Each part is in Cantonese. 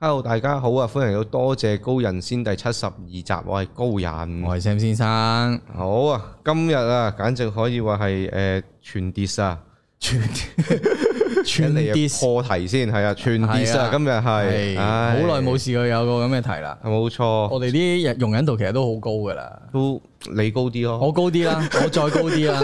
Hello，大家好啊！歡迎到多謝高人先第七十二集，我係高人。我係 Sam 先生，好啊，今日啊，簡直可以話係誒全跌啊！全 一全嚟啊 dis 破題先，係啊，全跌係啊！啊今日係係，唉好耐冇，試過有個咁嘅題啦。冇錯，我哋啲日容忍度其實都好高噶啦，都你高啲咯。我高 啲啦，我再高啲啦，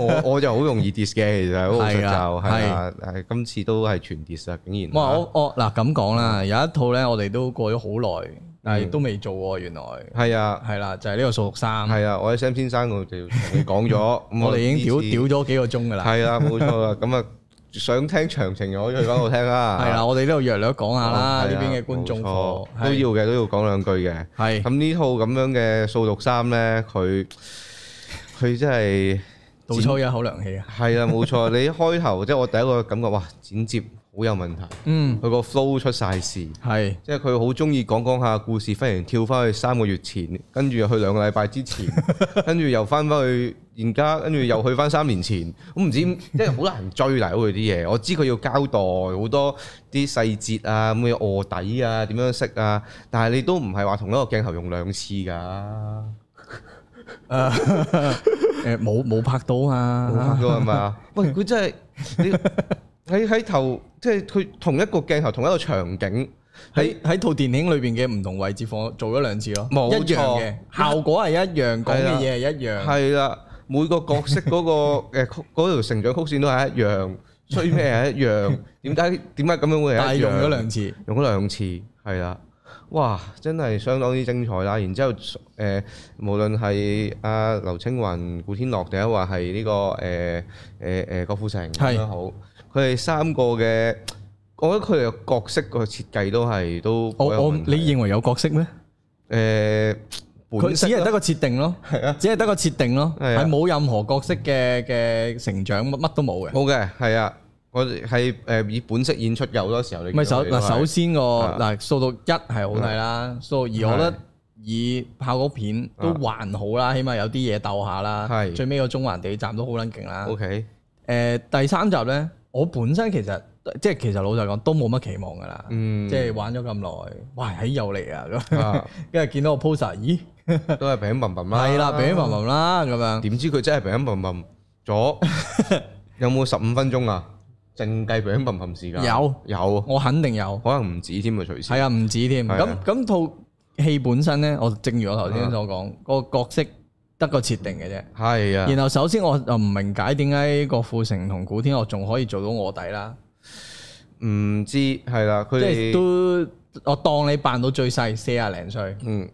我我就好容 易 dis 嘅，其實好老實就係啊係啊，係今次都係全 dis 啊，竟然。哇！我我嗱咁講啦，有一套咧，我哋都過咗好耐，但係都未做喎，原來係啊，係啦，就係呢個數六三，係啊，我喺 Sam 先生嗰度就同你 講咗，咁我哋已呢次經屌屌咗幾個鐘噶啦，係啦，冇錯啦。咁啊，想聽詳情可以去翻度 聽啦。係啦，我哋呢度略略講下啦，係啊，呢邊嘅觀冇眾課錯都要嘅，都要講兩句嘅。係咁呢套咁樣嘅掃毒三咧，佢佢真係倒抽一口涼氣啊，係啦，冇 錯。你一開頭即係我第一個感覺，哇！剪接好有問題，嗯，佢個 flow 出晒事。係即係佢好中意講講下故事，忽然跳翻去三個月前，跟住又去兩個禮拜之前，跟住又翻翻去而家，跟住又去翻三年前。我唔知，即係好難追嚟佢啲嘢。我知佢要交代好多啲細節啊，咁嘅卧底啊，點樣識啊，但係你都唔係話同一個鏡頭用兩次㗎。誒冇冇拍到啊好，㗎嘛？喂，佢真係你喺喺頭，即係佢同一個鏡頭，同一個場景。喺喺套電影裏邊嘅唔同位置放做咗兩次咯，冇一樣錯嘅效果係一樣，講係嘅啦嘢係一樣，係啦，每個 角色嗰、個誒曲嗰條成長曲線都係一樣，吹咩係 一樣，點解點解咁樣會但係係一樣？用咗兩次，用咗兩次，係啦，哇！真係相當之精彩啦。然之後誒、呃，無論係阿劉青雲、古天樂定係話係呢個誒誒誒郭富城咁係樣好，佢哋三個嘅，我覺得佢哋嘅角色個設計都係都我好有我問題你認為有角色咩？誒佢本只色係咯得個設定咯，只係得個設定咯，係啊係冇任何角色嘅嘅成長，乜乜都冇嘅。冇嘅，係啊，我哋係誒以本色演出嘅好多時候你見到咪首佢哋都係。嗱首先個啊嗱數到一係好睇啦，數到二我覺係得以炮嗰片都還好啦，起碼有啲嘢鬥下啦。係最尾個中環地站都好撚勁啦。 O K，誒、呃第三集咧，我本身其實即係其實老實講都冇乜期望㗎啦，嗯即係玩咗咁耐，哇喺又嚟啊咁， 啊跟住見到個 poster，咦都係餅冧冧啦。係啦，俾啲文文啦咁樣，點知佢真係餅冧冧咗？有冇十五分鐘啊？淨計餅冧冧時間有有，我肯定有，可能唔止添啊！隨時係啊唔止添，係啊咁咁套戲本身咧，我正如我頭先所講，個角色得個設定嘅啫。係嗯啊，然後首先我就唔明解點解郭富城同古天樂仲可以做到卧底啦，唔知係啦，佢即係哋都我當你扮到最細四廿零歲。嗯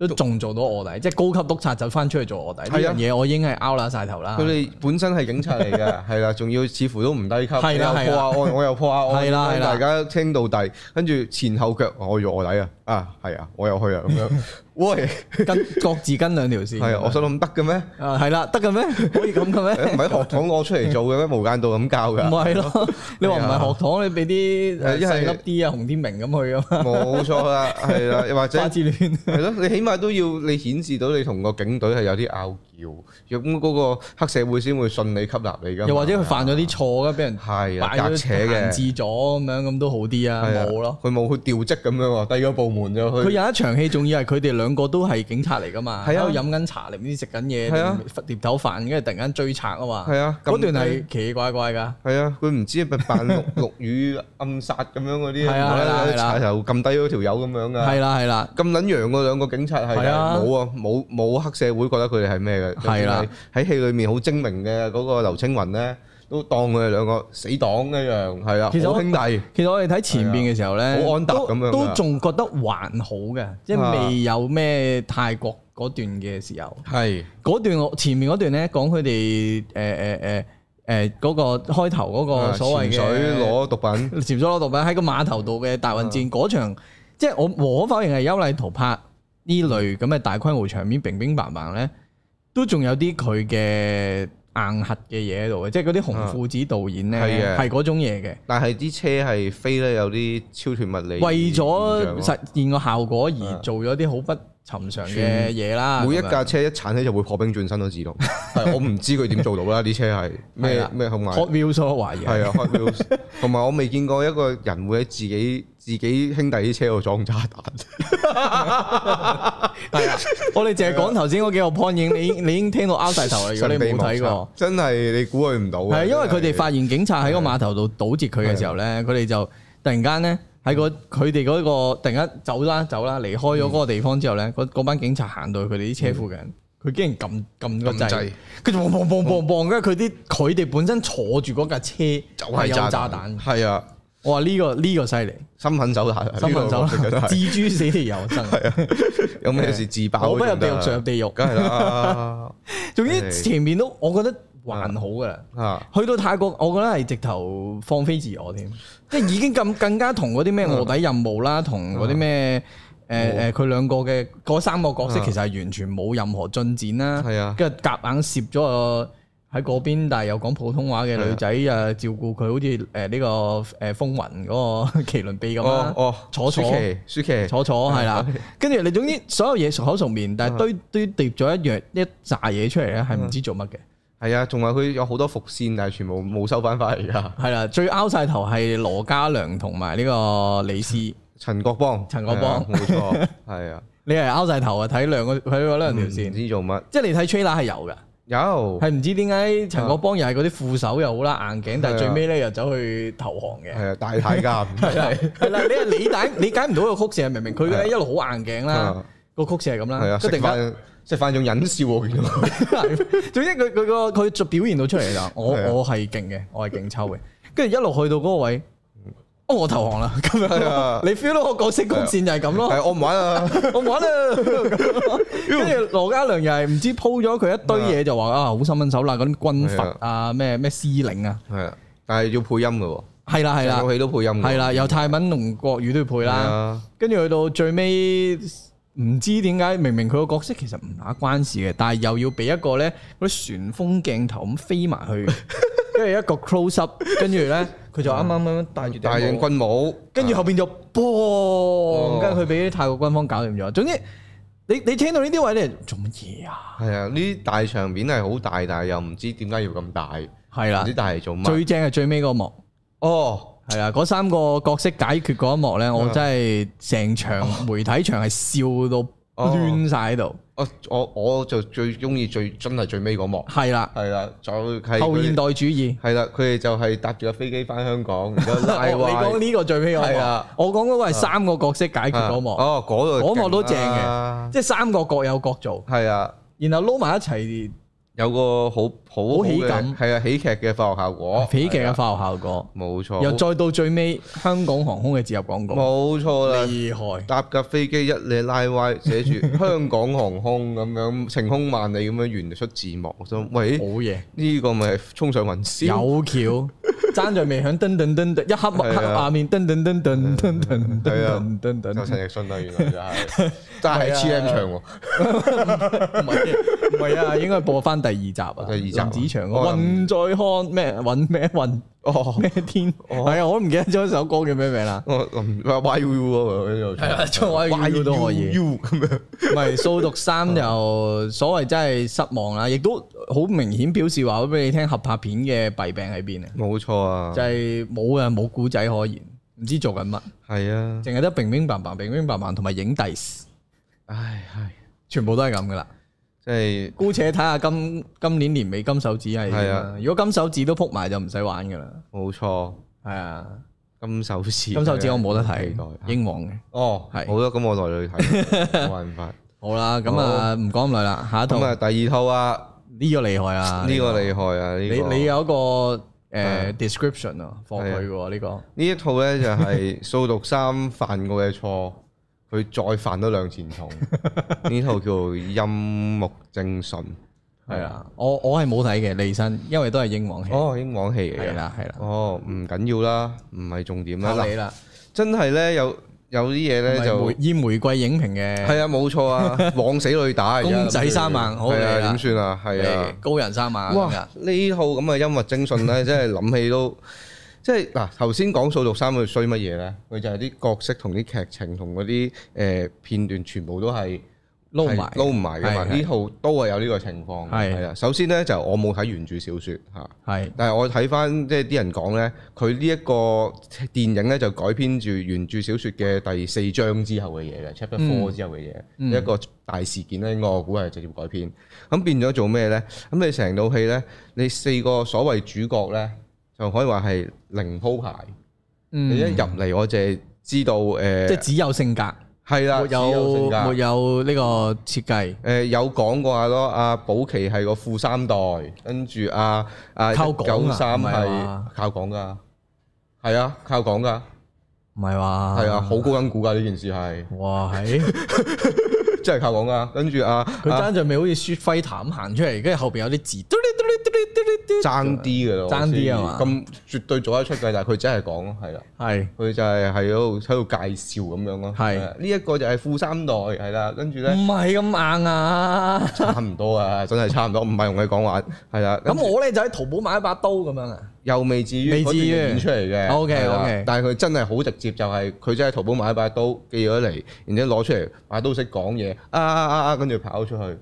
都仲做到卧底，即係高級督察走翻出去做卧底呢係啊樣嘢，我已經係 out 啦晒頭啦佢。哋本身係警察嚟 嘅，係啦，仲要似乎都唔低級，係啦你又破係啦下案，我又破 下案，係啦係啦大家傾到底，跟住前後腳我要卧底啊，啊係啊，我又去啊 咁樣，喂。跟各自跟兩條線。係啊，我想諗得嘅咩？啊係啦，得 嘅咩？可以咁嘅唔啊咩？喺學堂攞出嚟做嘅咩？無間道咁教 唔㗎，係咯，你話唔係學堂，你俾啲係誒哎一係細粒啲啊，洪天明咁去啊嘛，冇錯啦，係 啦，又或者花之戀。係咯，你起碼都要你顯示到你同個警隊係有啲拗撬，咁嗰個黑社會先會信你吸納你㗎嘛。又或者佢犯咗啲錯嘅，俾人啊係啊擺隔咗扯閒嘅，置咗咁樣，咁都好啲啊，係啊冇咯。，佢冇去調職咁樣喎，第二個部門就佢去。有一場戲，仲以為佢哋兩個都係警察嚟噶嘛，係喺啊度飲緊茶，定唔知食緊嘢，係啊定碟頭飯，跟住突然間追賊啊 嘛。係啊嗰咁段係奇奇怪怪㗎。係啊，佢唔知係咪扮 陸陸羽暗殺咁樣嗰啲，係啊無啦啦係啦係啦柴頭撳低咗條友咁樣㗎。係啦係啦，咁撚樣嗰兩個警察係係啊冇啊，冇冇黑社會覺得佢哋係咩嘅？係啦，喺戲裏面好精明嘅嗰個劉青雲咧，都當佢哋兩個死黨一樣，係啦，其實我好兄弟。其實我哋睇前邊嘅時候咧，啊好安踏都咁樣㗎都仲覺得還好嘅，即啊係未有咩泰國嗰段嘅時候。係嗰段我前面嗰段咧，講佢哋呃誒誒誒誒呃嗰個開頭嗰個所謂嘅啊潛水攞啊毒品，潛水攞毒品喺個碼頭度嘅大混戰嗰場，即係我無可否認係邱禮圖拍呢類咁嘅大規模場面，乒乒乓乓咧，都仲有啲佢嘅硬核嘅嘢喺度嘅，即係嗰啲紅褲子導演啊係嘅咧係嗰種嘢嘅。但係啲車係飛咧有啲超脱物理現象咯，為咗實現個效果而做咗啲好不尋常嘅嘢啦。嗯每一咁樣架車一鏟起就會破冰轉身都自動，係我唔知佢點做到啦，啲車係係咩啦咩同埋 Hot Wheels 咯我懷疑係啊，開 wheels 同埋我未見過一個人會喺自己自己兄弟啲車度裝炸彈，係啊，我哋淨係講頭先嗰幾個 point 已經，你已經你已經聽到拗晒 頭啦。如果神你秘冇睇莫過測，，真係你估佢唔到啊。係因為佢哋真係啊發現警察喺個碼頭度堵截佢嘅時候咧，佢哋就突然間咧喺個佢哋嗰個突然間走啦走啦，離開咗嗰個地方之後咧，嗰嗰班警察行到去佢哋啲車附近，佢竟然撳撳個嗯撳掣嗯掣，跟住砰砰砰砰砰，跟住佢啲佢哋本身坐住嗰架車就係係有炸彈，彈。係啊，我話呢個呢個犀利，心狠手辣，啊呢個心狠手辣角色真，係蜘蛛死條友真係。有咩事自 爆啊我不都入仲得啊，地獄，上入地獄。梗係啦總唉之前面都我覺得還好噶啦。啊！ 去到泰國，我覺得係直頭放飛自我添，即係已經咁 更加同嗰啲咩嗯卧底任務啦，同嗰啲咩誒誒佢兩個嘅嗰三個角色啊其實係完全冇任何進展啦。係啊跟住夾硬攝咗個喺嗰邊，但係又講普通話嘅女仔啊，照顧佢好似誒呢個誒風雲嗰個 麒麟臂咁哦啦。哦，坐舒坐淇，舒淇，楚楚 係啦，跟住你總之所有嘢熟口熟面，但啊係堆堆疊咗一樣一紮嘢出嚟咧，係唔知做乜嘅。係啊，仲話佢有好多伏線，但係全部冇收翻翻嚟㗎。係啦，最拗晒頭係羅嘉良同埋呢個 李斯，你陳國邦，陳國邦係啊冇 錯，係啊，係拗晒頭啊！睇兩個睇嗰兩條嗯唔線，知做哦乜，即係你睇 trailer 係有噶，有係唔知點解陳國邦又係嗰啲副手又好啦，硬頸，但係啊係最尾咧又走去投降 嘅。係啊，大太 監，係啦，係啦，你係理解理解唔到個曲線，明明佢咧一路好硬頸啦，個曲線係咁啊係啦，啊，即食係突然間。飯食飯仲忍笑喎，見到 佢係總之佢佢個佢就表現到出嚟啦。我係啊我係勁嘅，我係勁抽嘅。跟住一路去到嗰個位，哦，我投降啦咁係樣啊。你 feel 到我角色曲線就係咁咯，係我唔玩啊，我唔玩啦。跟住羅嘉良又係唔知鋪咗佢一堆嘢，就話啊好心狠手辣嗰啲軍閥啊咩咩司令啊，係啊，但係要配音㗎喎，係啦係啦有戲都配音㗎喎，係啦，有泰文同國語都要配係啦。啊，跟住去到最尾，唔知點解明明佢個角色其實唔打關事嘅，但係又要俾一個咧嗰啲旋風鏡頭咁飛埋 去，跟住一個 close up，跟住咧佢就啱啊啱咁樣戴住頂大型帽軍帽，跟住後邊就啊 b 跟住佢俾啲泰國軍方搞掂咗。總之你你聽到呢啲位咧做乜嘢啊？係啊，呢啲大場面係好大，但係又唔知點解要咁大，唔係啦知，大係做乜，最正係最尾嗰幕。哦，係啦，嗰三個角色解決嗰一幕啊咧，我真係成場媒體場係笑到哦攣晒喺度。我我我就最中意最真係最尾嗰幕，係啦，係啦，再係後現佢代主義。係啦，佢哋就係搭住架飛機翻香港，然之後拉哦你講歪。呢個最尾嗰係幕啊，我講嗰個係三個角色解決嗰幕，哦，嗰度嗰幕都正勁啦嘅，即係三個各有各做，係啊，然後撈埋一齊有個好好好喜嘅感係啊，喜劇嘅化學效果，喜劇係嘅啊，化學效果，冇錯，又再到最尾香港航空嘅植入廣告，冇錯啦。厲害，搭架飛機一你拉歪，寫住香港航空咁樣，晴空萬里咁樣完就出字幕，我想喂好嘢，呢個咪衝上雲霄，有橋，爭在未響噔噔噔噔，一黑幕係黑啊下面噔噔噔噔噔噔係啊噔噔噔就噔，陳奕迅啦，原來就係，但係係啊 T M 唱喎，唔係唔係啊，應該播翻第二集啊，第二集啊林子祥個哦雲在看咩雲咩雲哦咩天，係啊，我都唔記得咗首歌叫咩名啦。哦林話 Y U U 喎，係啊喺度唱 Y U U 都可以 Y U U 咁樣，唔係掃毒三就所謂真係失望啦，亦都好明顯表示話俾你聽合拍片嘅弊病喺邊啊，冇錯啊就，係冇啊冇古仔可言，唔知做緊乜，係啊，淨係得平平白白平平白白同埋影帝，唉係，全部都係咁噶啦。即係姑且睇下今今年年尾金手指係點係啊啊，如果金手指都撲埋就唔使玩噶啦，冇錯，係啊，金手 指，金手指我冇得期待睇，英皇嘅。哦，係好啦，咁我內裏睇，冇辦法。好啦，咁啊唔講咁耐啦，下一套咁啊，第二套啊，呢個厲害啊，呢個厲害啊，呢你個你有一個誒 description 啊，放佢嘅喎呢個。呢一套咧就係掃毒三犯過嘅錯，佢再犯多兩錢重。呢套叫《音目正純》，係啊，我我係冇睇嘅利申，因為都係英皇戲。哦，英皇戲嚟係嘅。啦係啦，哦，唔緊要啦，唔係重點啦。靠你嗱，啦，真係咧有有啲嘢咧就就玫以玫瑰影評嘅係啊，冇錯啊， 往死裏打。而家諗住公仔三萬好係嚟啦啊，點算啊？係啊。誒高人三萬哇！咁呢套咁嘅音樂精訊 咧，真係諗起都即係嗱，頭先講掃毒三佢衰乜呃嘢咧？佢就係啲角色同啲劇情同嗰啲誒片段，全部都係撈埋係撈唔埋噶嘛？係係呢套都係有呢個情況。係係啊，首先咧就我冇睇原著小説嚇，係但係我睇翻即係啲人講咧，佢呢一個電影咧就改編住原著小説嘅第四章之後嘅嘢嘅，chapter four 之後嘅嘢，嗯一個大事件咧，應該我估係直接改編。咁變咗做咩咧？咁你成套戲咧，你四個所謂主角咧，就可以話係零鋪排。嗯你一入嚟我就係知道誒，即係只有性格，係啦，沒只性有格沒有呢個設計誒、呃有講過下咯，阿、寶琪係個富三代，跟住阿阿靠講啊九三唔係係話靠講噶，係啊，靠講噶，唔係話係啊，好高音估噶呢件事係， 哇係真係靠講噶。跟住阿佢爭在尾好似雪輝譚行出嚟，跟住後邊有啲字嘟哩嘟哩嘟哩嘟哩嘟哩，爭啲嘅咯，爭啲啊嘛我先知咁絕對做得出嘅，但係佢真係講咯，係啦，係佢就係喺度喺度介紹咁樣咯，係啊呢一個就係富三代係啦，跟住咧唔係咁硬啊？差唔多啊，真係差唔多，唔係同你講話係啦，咁我咧就喺淘寶買一把刀咁樣啊，又未至於未嗰至段於演出嚟嘅。 OK，係啦 OK 但係佢真係好直接，就係佢真係淘寶買一把刀寄咗嚟，然之後攞出嚟，把刀識講嘢，啊啊啊啊，跟住跑出去，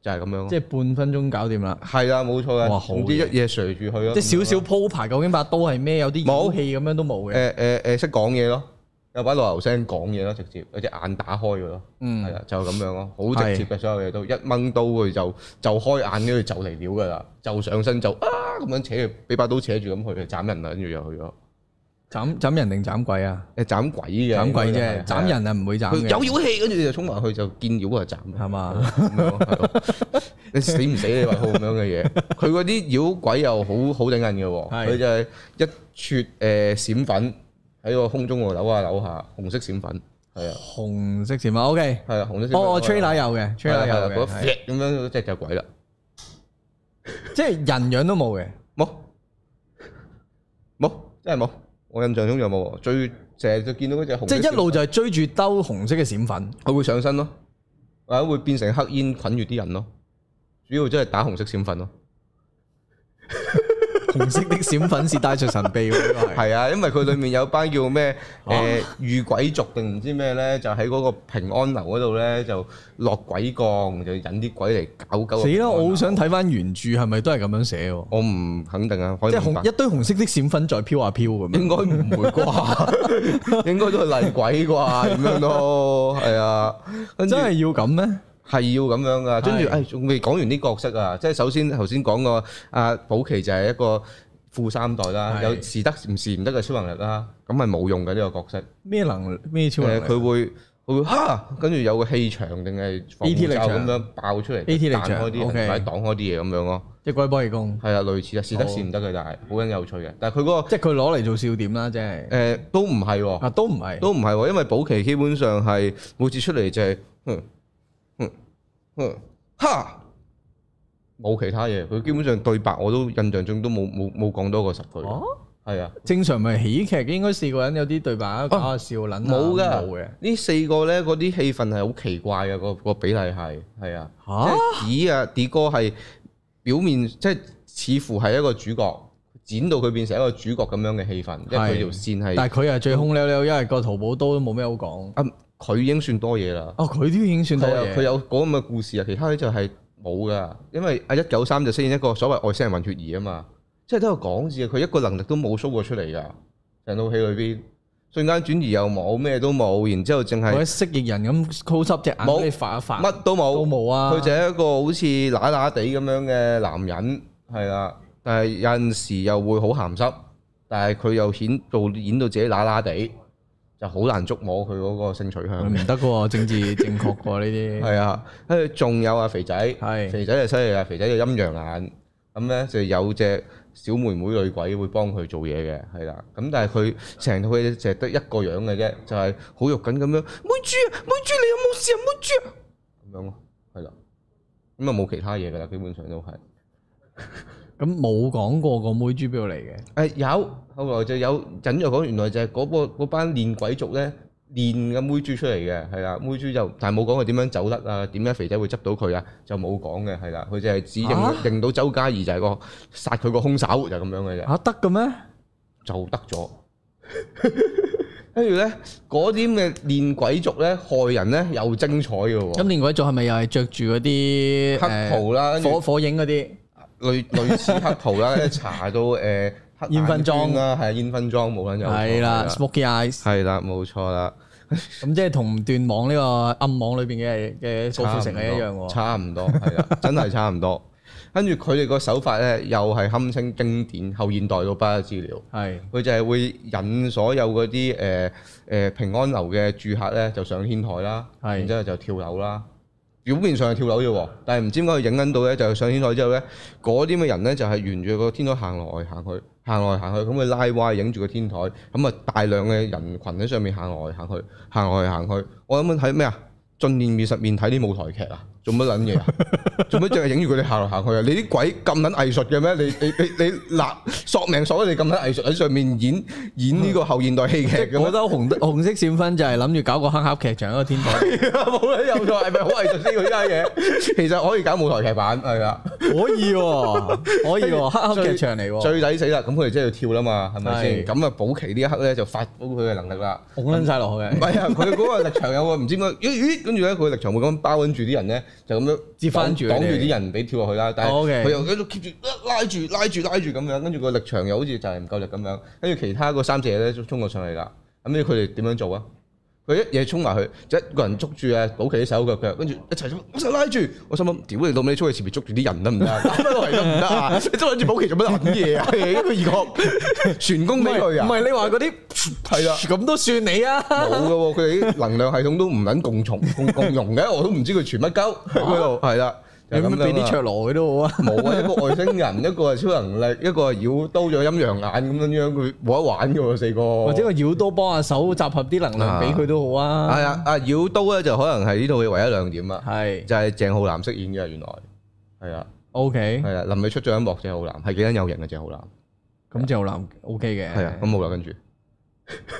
就係咁樣咯。即係半分鐘搞掂啦。係啦，冇錯哇啦，好總之一嘢垂住佢咯。即係少少鋪排，究竟把刀係咩？有啲冇武器咁樣都冇嘅。誒誒誒，識講嘢咯，有把落牛聲講嘢咯，直接有隻眼打開嘅咯。嗯係啦，就咁樣咯，好直接嘅所有嘢都一掹刀佢就就開眼，跟住就嚟料㗎啦，就上身就啊咁樣扯住，俾把刀扯住咁佢就斬人啦，跟住又去咗。斬斬人定斬鬼啊？誒斬鬼嘅，斬鬼應該啫，就係斬人啊唔會斬佢嘅，有妖氣，跟住就衝埋去就見妖啊斬係嘛？咁樣係 你死唔死你話好咁樣嘅嘢？佢嗰啲妖鬼又好好頂人嘅喎，係佢就係一撮誒閃粉喺個空中度扭下扭下，紅色閃粉係啊紅色閃啊，OK。係啊紅色閃粉。哦，哦吹奶奶有嘅，吹奶有啊嗰嘅，一係撇咁樣即係就係鬼啦，即係人樣都冇嘅。冇冇真係冇，我印象中就冇喎，最成日就見到嗰隻紅色即閃粉。係一路就係追住兜紅色嘅閃粉，佢會上身咯，或者會變成黑煙捆住啲人咯。主要真係打紅色閃粉咯。紅色的閃粉是帶着神秘喎，呢個係係啊，因為佢裡面有班叫 咩啊誒遇鬼族定唔知咩咧，就喺嗰個平安樓嗰度咧就落鬼降，就引啲鬼嚟搞搞。死啦！我好想睇翻原著係咪都係咁樣寫喎，我唔肯定啊，可以即係明白紅一堆紅色的閃粉在飄啊飄咁樣。應該唔會 啩， 應該都係厲鬼啩咁樣咯，係啊，跟住真。係要咁咩？係要咁樣噶，跟住係誒仲未講完啲角色啊，即係首先頭先講過阿寶琪就係一個富三代啦，係有時得唔時唔得嘅超能力啦，咁係冇用嘅呢個角色。咩能咩超誒能力？佢會佢會嚇，跟住有個氣場定係防 AT E 護力罩場咁樣爆出嚟 AT 力場彈開啲人 OK 或者擋開啲嘢咁樣咯，即係龜波氣功，係啊類似啊，時得好時唔得嘅，但係好撚有趣嘅。但係佢嗰即係佢攞嚟做笑點啦，即係。個誒都唔係喎。啊，都唔係，都唔係喎，因為保期基本上係每次出嚟就係、哼哼哼哈，冇其他嘢。佢基本上對白我都印象中都冇冇冇講多過十句。哦係啊，正常咪喜劇應該四個人有啲對白啊，搞下笑撚啊冇冇嘅噶。呢四個咧，嗰啲氣氛係好奇怪嘅，個個比例係係啊。嚇，即係 D 啊，D 哥係表面即係似乎係一個主角，剪到佢變成一個主角咁樣嘅氣氛，因為佢條線係但係佢係最空溜溜，因為個淘寶刀都冇咩好講。啊，佢已經算多嘢啦。哦，佢都已經算到係啊，嘢，佢有嗰咁嘅故事啊，其他啲就係冇噶，因為阿一九三就飾演一個所謂外星人混血兒啊嘛，即係都有講字啊嘅，佢一個能力都冇 show 過出嚟噶，成套戲裏邊瞬間轉移又冇，咩都冇，然之後淨或係者蜥蜴人咁 close up 隻眼冇俾你發一發，乜都冇，都冇啊佢就係一個好似乸乸地咁樣嘅男人，係啦，但係有陣時又會好鹹濕，但係佢又顯到演到自己乸乸地，就好難捉摸佢嗰個性取向唔。得嘅喎，政 治正確嘅喎呢啲。係啊，跟住仲有啊肥仔，係肥仔就犀利啊啦，肥仔就陰陽眼，咁咧就有隻小妹妹女鬼會幫佢做嘢嘅，係啦。咁但係佢成套戲就係得一個樣嘅啫，就係、好肉緊咁樣，妹豬啊，妹豬你有冇事啊，妹豬啊咁樣咯，係啦。咁啊冇其他嘢㗎啦，基本上都係。咁冇講過個妹豬邊度嚟嘅？誒、有，後來就有隱約講，原來就係嗰、個嗰班練鬼族咧練嘅妹豬出嚟嘅，係啦，妹豬就但係冇講佢點樣走甩啊，點解肥仔會執到佢啊，就冇講嘅，係啦，佢就係只認、啊認到周嘉怡就係個殺佢個兇手就咁樣嘅啫，嚇得嘅咩？就得咗。跟住咧嗰啲咩練鬼族咧害人咧又精彩嘅喎咁，連鬼族係咪又係着住嗰啲黑袍啦誒跟住火火影嗰啲？類類似黑袍啦，一搽到誒黑煙燻妝妝啦，係啊煙燻妝冇撚有錯係啦，smoky eyes，係啦冇錯啦，咁即係同斷網呢個暗網裏邊嘅嘅郭富城係一樣喎。差唔多係 啦，真係差唔多。跟住佢哋個手法咧，又係堪稱經典後現代到不得之了。係佢就係會引所有嗰啲誒誒平安樓嘅住客咧，就上天台啦，係然之後就跳樓啦。表面上係跳樓啫喎，但係唔知點解佢影緊到咧，就係上天台之後咧，嗰啲咁嘅人咧就係沿住個天台行來行去，行來行去，咁佢拉歪影住個天台，咁啊大量嘅人群喺上面行來行去，行來行去。我諗緊睇咩啊？盡練面實面睇啲舞台劇啊，做乜撚嘢 啊？做乜淨係影住佢哋行來行去啊？你啲鬼咁撚藝術嘅咩？你你你你嗱索命索得你咁撚藝術喺上面演演呢個後現代戲劇即係咁 嗰樣，兜紅紅色閃婚就係諗住搞個黑盒劇場喺 個天台，冇理由錯係咪好藝術先佢家啊嘢？ 其實可以搞舞台劇版係啦。可以喎，可以喎，黑盒最劇場嚟喎，最抵死啦！咁佢哋真係要跳啦嘛，哦係咪係先？咁啊，保期呢一刻咧就發揮佢嘅能力啦。拱撚晒落去唔嘅，係啊，佢嗰個力場有個唔知點解，咦咦，跟住咧佢嘅力場會咁包緊住啲人咧，就咁樣接返住佢哋擋住啲人唔俾跳落去啦。但哦，OK 係佢又喺度 keep 住啊拉住拉住拉住咁樣，跟住個力場又好似就係唔夠力咁樣，跟住其他嗰三隻嘢咧就衝過上嚟啦。咁佢哋點樣做啊？佢一嘢衝埋去，就一個人捉住啊，保奇啲手腳腳，跟住一齊衝，我手拉住，我心諗，屌你老尾，衝去前面捉住啲人得唔得 啊？打 翻落嚟得唔得啊？你捉撚住保奇做乜撚嘢啊？你一個二個全唔攻俾佢係唔啊！係你話嗰啲係啦咁都算你啊？冇噶喎，佢哋啲能量系統都唔撚共 重共共用嘅，我都唔知佢傳乜鳩喺嗰度，係啦，就係你咁咪俾啲樣卓啦。羅佢都好啊，冇啊！一個外 星人，一個係超能力，一個係妖刀咗陰陽眼咁樣樣，佢冇得玩嘅喎四個。或者個妖刀幫下手集合啲能量俾佢都好啊。係啊啊妖刀咧就可能係呢套嘅唯一亮點啊，係就係鄭浩南飾演嘅原來係啊 OK，係啊，臨尾出咗一幕鄭浩南係幾撚有型嘅鄭浩南，咁鄭浩南 OK 嘅。係啊咁冇啦跟住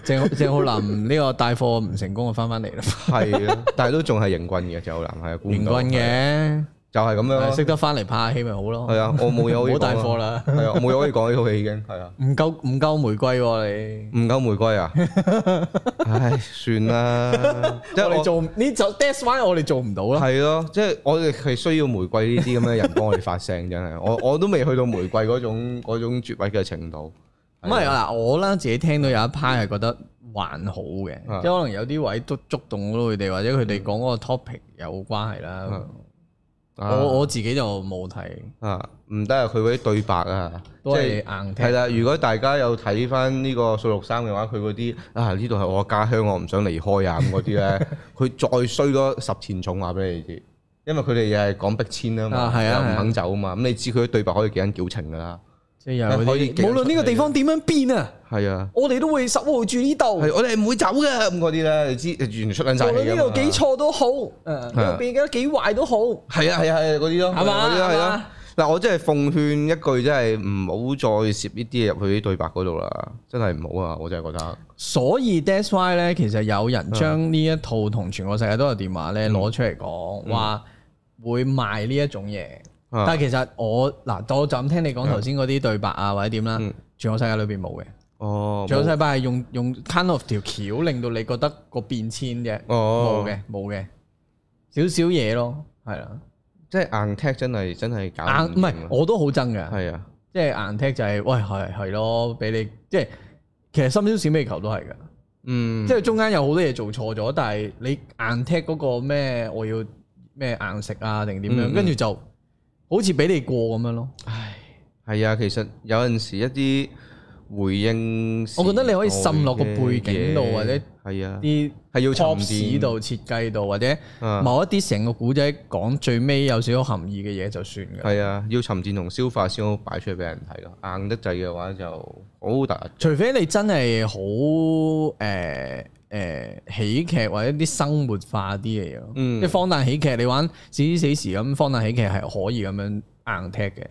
鄭鄭浩南呢個帶貨唔成功啊，翻翻 嚟啦，係啊，但係都仲係型棍嘅鄭浩南係啊，估元唔到軍嘅，就係咁樣係咯，識得翻嚟拍下戲咪好咯。係啊，我冇嘢唔可以講好帶貨啦，啦，係 啊，我冇嘢可以講呢套戲已經係啊。唔夠唔夠玫瑰喎你。唔夠玫瑰 啊！唉，算啦，即我係哋我做呢就 that's why 我哋做唔到啦。係咯，即係我哋係需要玫瑰呢啲咁嘅人幫我哋發聲，真係我 我都未去到玫瑰嗰種嗰種絕位嘅程度。咁係嗱，我啦自己聽到有一派係覺得還好嘅，啊即係可能有啲位都觸動到佢哋，或者佢哋講嗰個 topic 有關係啦。啊我我自己就冇睇，啊唔得啊！佢嗰啲對白啊，即都係係係硬聽。啦。如果大家有睇翻呢個數六三嘅話，佢嗰啲啊呢度係我家鄉，我唔想離開啊咁嗰啲 咧，佢再衰多十錢重話俾你知，因為佢哋又係講逼遷啊啊嘛，係又啊唔係啊肯走啊嘛。咁你知佢啲對白可以幾撚矯情㗎啦。即係有嗰啊可以啲，無論呢個地方點樣變啊，係啊。我哋都會守護住呢度。係我啊哋唔會走嘅咁嗰啲咧，你知完全出撚晒無氣論㗎呢嘛度幾錯都好，誒啊入邊嘅幾壞都好，係啊係啊係啊嗰啲咯，係嘛嗰啲咯係係咯嘛。嗱，我真係奉勸一句，真係唔好再攝呢啲嘢入去啲對白嗰度啦，真係唔好啊！我真係覺得所以 that's why 咧，其實有人將呢一套同全個世界都有電話嗯咧攞出嚟講，話會賣呢一種嘢。啊但係其實我嗱，我就咁聽你講頭先嗰啲對白啊，或者點啦嗯，全個世界裏邊冇嘅。哦，全個冇世界係用用 kind of 條橋令到你覺得個變遷啫，冇哦，嘅冇嘅，少少嘢咯，係啦。即係硬踢真係真係搞啊啊硬唔係我都好憎嘅，係啊，即係硬踢就係、喂係係咯，俾你即係其實深宵小尾球都係㗎。嗯，即係中間有好多嘢做錯咗，但係你硬踢嗰個咩我要咩硬食啊定點樣，嗯跟住就好似俾你過咁樣咯。唉，係啊，其實有陣時一啲回應時代嘅嘢，我覺得你可以滲落個背景度或者係啊，啲係要沉 top 澱市度設計度或者啊某一啲成個古仔講最尾有少少含義嘅嘢就算㗎。係啊，要沉澱同消化先好擺出嚟俾人睇咯。硬得滯嘅話就好大除非你真係好誒誒喜劇或者啲生活化啲嘅嘢咯，嗯即係荒誕喜劇，你玩死死死時咁荒誕喜劇係可以咁樣硬踢嘅，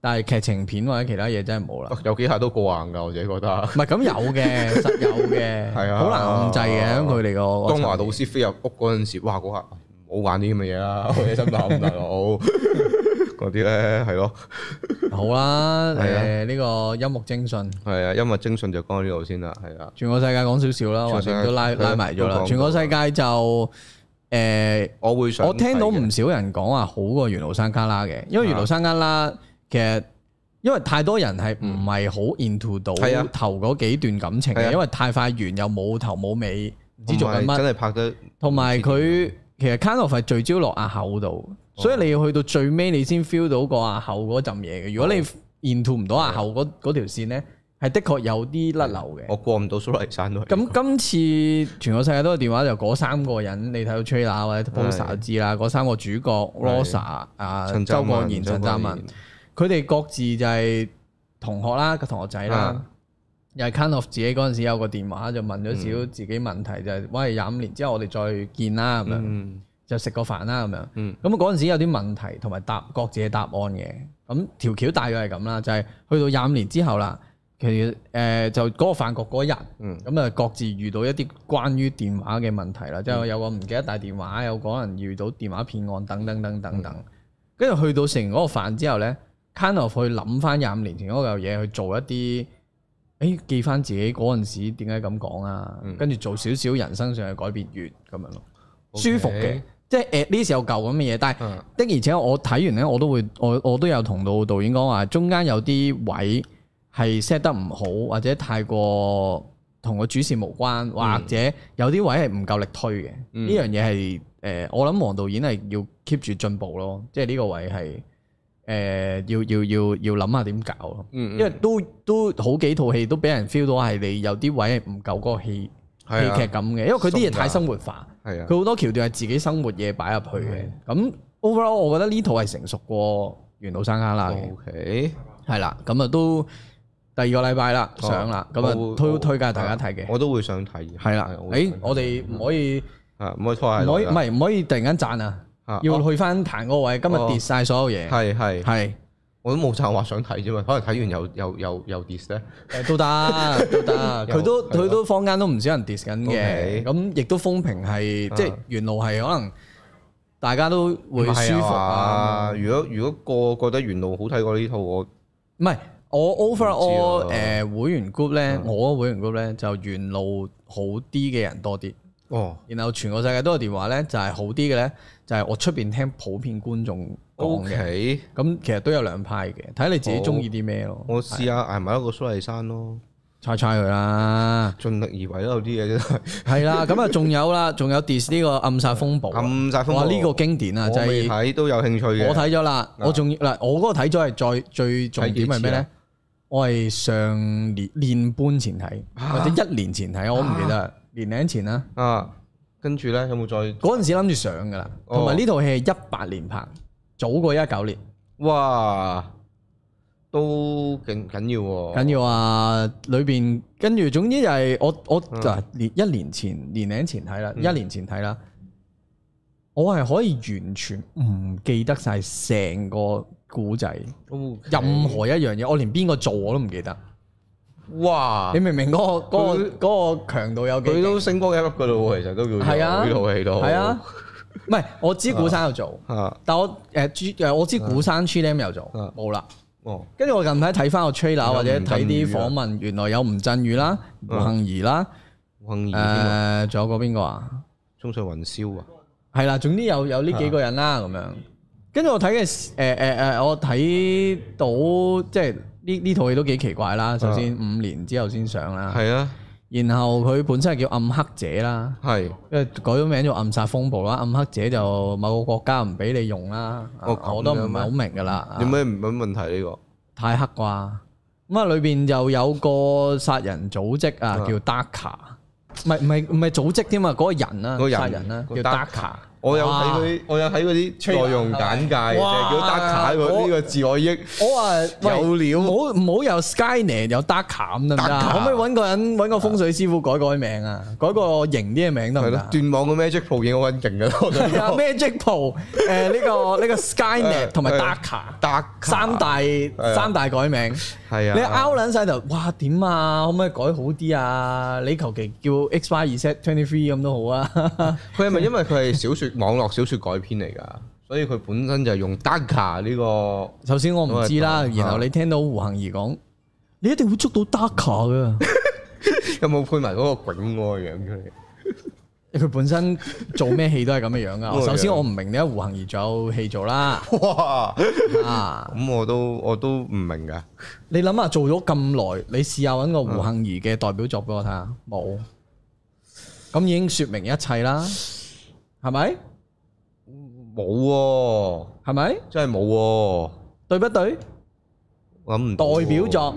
但係劇情片或者其他嘢真係冇啦。有幾下都過硬㗎，我自己覺得。唔係咁有 嘅，實有嘅，係啊好難控制嘅佢哋個。當華導 師飛入屋嗰陣時，哇！嗰下唔好玩啲咁嘅嘢啦，我嘅心諗大佬。嗰啲咧，係咯，好啦，係啊誒呢個音樂精訊，係啊，音樂精訊就講到呢度先啦，係啊啦，全個世界講少少啦，全話個世界掂都拉係啊拉埋咗都講啦。過全個世界就誒，我會想我聽到睇嘅啊唔少人講話好過緣路山旮旯嘅，因為緣路山旮旯其實因為太多人係唔係好 into 到嗯係啊頭嗰幾段感情係嘅，啊因為太快完又冇頭冇尾，唔知做緊同埋乜。真係拍得同埋佢其實 kind of 係聚焦落阿口度，哦所以你要去到最尾你先 feel 到個阿口嗰陣嘢嘅。如果哦你 into 唔到阿口嗰嗰條線咧，係的確有啲甩流嘅。我過唔到蘇黎山都係咁今次全個世界都係電話，就嗰三個人，你睇到 trailer 或者 poster 就知啦。嗰三個主角 Rosa 啊、陳周湛國文賢、陳周國湛文賢，佢哋各自就係同學啦，個同學仔啦啊，又係 kind of 自己嗰陣時有個電話就問咗少嗯少自己問題，就係喂廿五年之後我哋再見啦咁樣。嗯就食個飯啦咁樣。嗯咁嗰陣時有啲問題同埋答各自嘅答案嘅。咁條橋大約係咁啦，就係、去到廿五年之後啦，其實誒、呃就嗰個飯局嗰日，嗯咁啊各自遇到一啲關於電話嘅問題啦，即嗯係有個唔記得帶電話，有個人遇到電話騙案等等等等嗯等。跟住去到食完嗰個飯之後咧，kind of 去諗翻廿五年前嗰嚿嘢去做一啲。誒記翻自己嗰陣時點解咁講啊，嗯跟住做少少人生上嘅改變月咁樣咯。舒服嘅 OK，即係 at least 有舊咁嘅嘢。但係嗯的而且確我睇完咧，我都會我我都有同到導演講話，中間有啲位係 set 得唔好，或者太過同個主線無關，或者有啲位係唔夠力推嘅。呢、嗯樣嘢係誒，我諗黃導演係要 keep 住進步咯，即係呢個位係誒、呃要要要要諗下點搞咯。嗯，因為都都好幾套戲都俾人 feel 到係你有啲位係唔夠嗰個戲戲劇係啊感嘅，因為佢啲嘢太鬆㗎生活化。係啊，佢好多橋段係自己生活嘢擺入去嘅。嗯咁 overall，我覺得呢套係成熟過《緣路山旮旯》哦嘅， OK，係啦。咁啊都第二個禮拜啦，哦上啦，咁我會啊推我推介大家睇嘅，我都會想睇，係啦。會誒想，睇我哋唔可以啊唔可以拖唔鞋可以落㗎，唔係唔可以突然間讚啊，啊要哦去翻彈嗰個位，今日哦跌晒所有嘢，係係，係我都冇就話想睇啫嘛，可能睇完又又又又 dis 咧，誒都 得都得，又佢都係咯佢都坊間都唔少人 dis 緊嘅， OK 咁亦都風評係即係啊原路係可能大家都會唔係舒服啊啊。。如果如果個個覺得原路好睇過呢套，我唔係，我唔 overall 誒、知啊嗯會員 group 咧，我個會員 group 咧就沿路好啲嘅人多啲，哦然後全個世界都有電話咧，就係、好啲嘅咧，就係、我出邊聽普遍觀眾講嘅。 OK，咁其實都有兩派嘅，睇你自己中意啲咩咯。哦我試下捱埋一個蘇麗山咯，猜猜佢啦，盡力而為啦，有啲嘢真係係啦，咁啊仲有啦，仲有 dis 呢個暗殺風暴啊，暗殺風暴哇呢個經典啊，就我未係、睇都有興趣嘅，啊我睇咗啦，我仲要嗱，我嗰個睇咗係再最重點係睇咩幾次咧啊？我係上年年半前睇，或者一年前睇，我唔記得啦，年零前啦。啊，跟住咧有冇再？嗰陣時諗住上噶啦，哦同埋呢套戲係一八年拍，早過一九年。哇，都緊緊要喎、緊要啊，裏邊跟住總之就係我我嗯嗱年一年前年零前睇啦，一年前睇啦，我係可以完全唔記得晒成個古仔，要任何一樣嘢，我連邊個做我都唔記得。哇你！明唔明嗰個嗰個嗰個強度有幾勁？啊佢都升光一粒噶咯喎，其實都叫做係啊呢套戲都係啊，唔係我知古山有做，啊但我誒誒我知古山 c h i l m 有做啊，冇啦。哦跟住我近排睇翻個 trailer 或者睇啲訪吳問，原來有吳鎮宇啦、胡杏兒啦，幸啊兒啊誒仲有個邊個啊？中上雲霄啊，係啦，總之有有呢幾個人啦咁樣。跟住我睇嘅誒誒誒，呃我睇到即係呢呢套戲都幾奇怪啦。首先五年之後先上啦，啊係啊，然後佢本身係叫暗黑者啦。係因為改咗名做暗殺風暴啦，暗黑者就某個國家唔俾你用啦，啊哦咁我都唔係好明噶啦，有啊咩唔問問題呢個？太黑啩。咁啊，裏邊就有個殺人組織啊，叫 Daka，唔係唔係唔係組織添啊，嗰個人啊，嗰個人殺人啦，個叫 Daka Daka。我有睇嗰啲，我有睇嗰啲內容簡介嘅，就係哇叫 d 卡呢個我呢個字我已經我話有料唔好唔好有 Skynet 有 Daka 咁得唔得啊？可 Daka 唔可以揾個人揾個風水師傅改改名啊？改個型啲嘅名係得唔得咯啊？，斷網嘅 Magic Pro 影好撚勁嘅咯，我想 係啊講，Magic Pro，誒呢個呢個 Skynet 同埋 係 Daka。 Dark 三大啊三大改名，係啊，你拗撚晒頭，哇點啊？可唔可以改好啲啊？你求其叫 X Y Z Twenty Three 咁都好啊。 佢係咪因為佢係小説網絡小説改編嚟㗎？所以佢本身就係用 Daka 呢個。 首先我唔知啦，都係然後你聽到胡杏兒講，你一定會捉到 Darka 噶。有冇配埋嗰個囧嗰個樣出嚟？ 佢本身做咩戲都係咁嘅樣嗰個噶。樣首先我唔明點解胡杏兒仲有戲做啦。哇！啊，咁我都我都唔明㗎。你諗下做咗咁耐，你試下揾個胡杏兒嘅代表作俾我睇下，冇。咁已經說明一切啦，係咪？冇喎，係咪？真係冇喎，對不對？諗唔到喎代表作，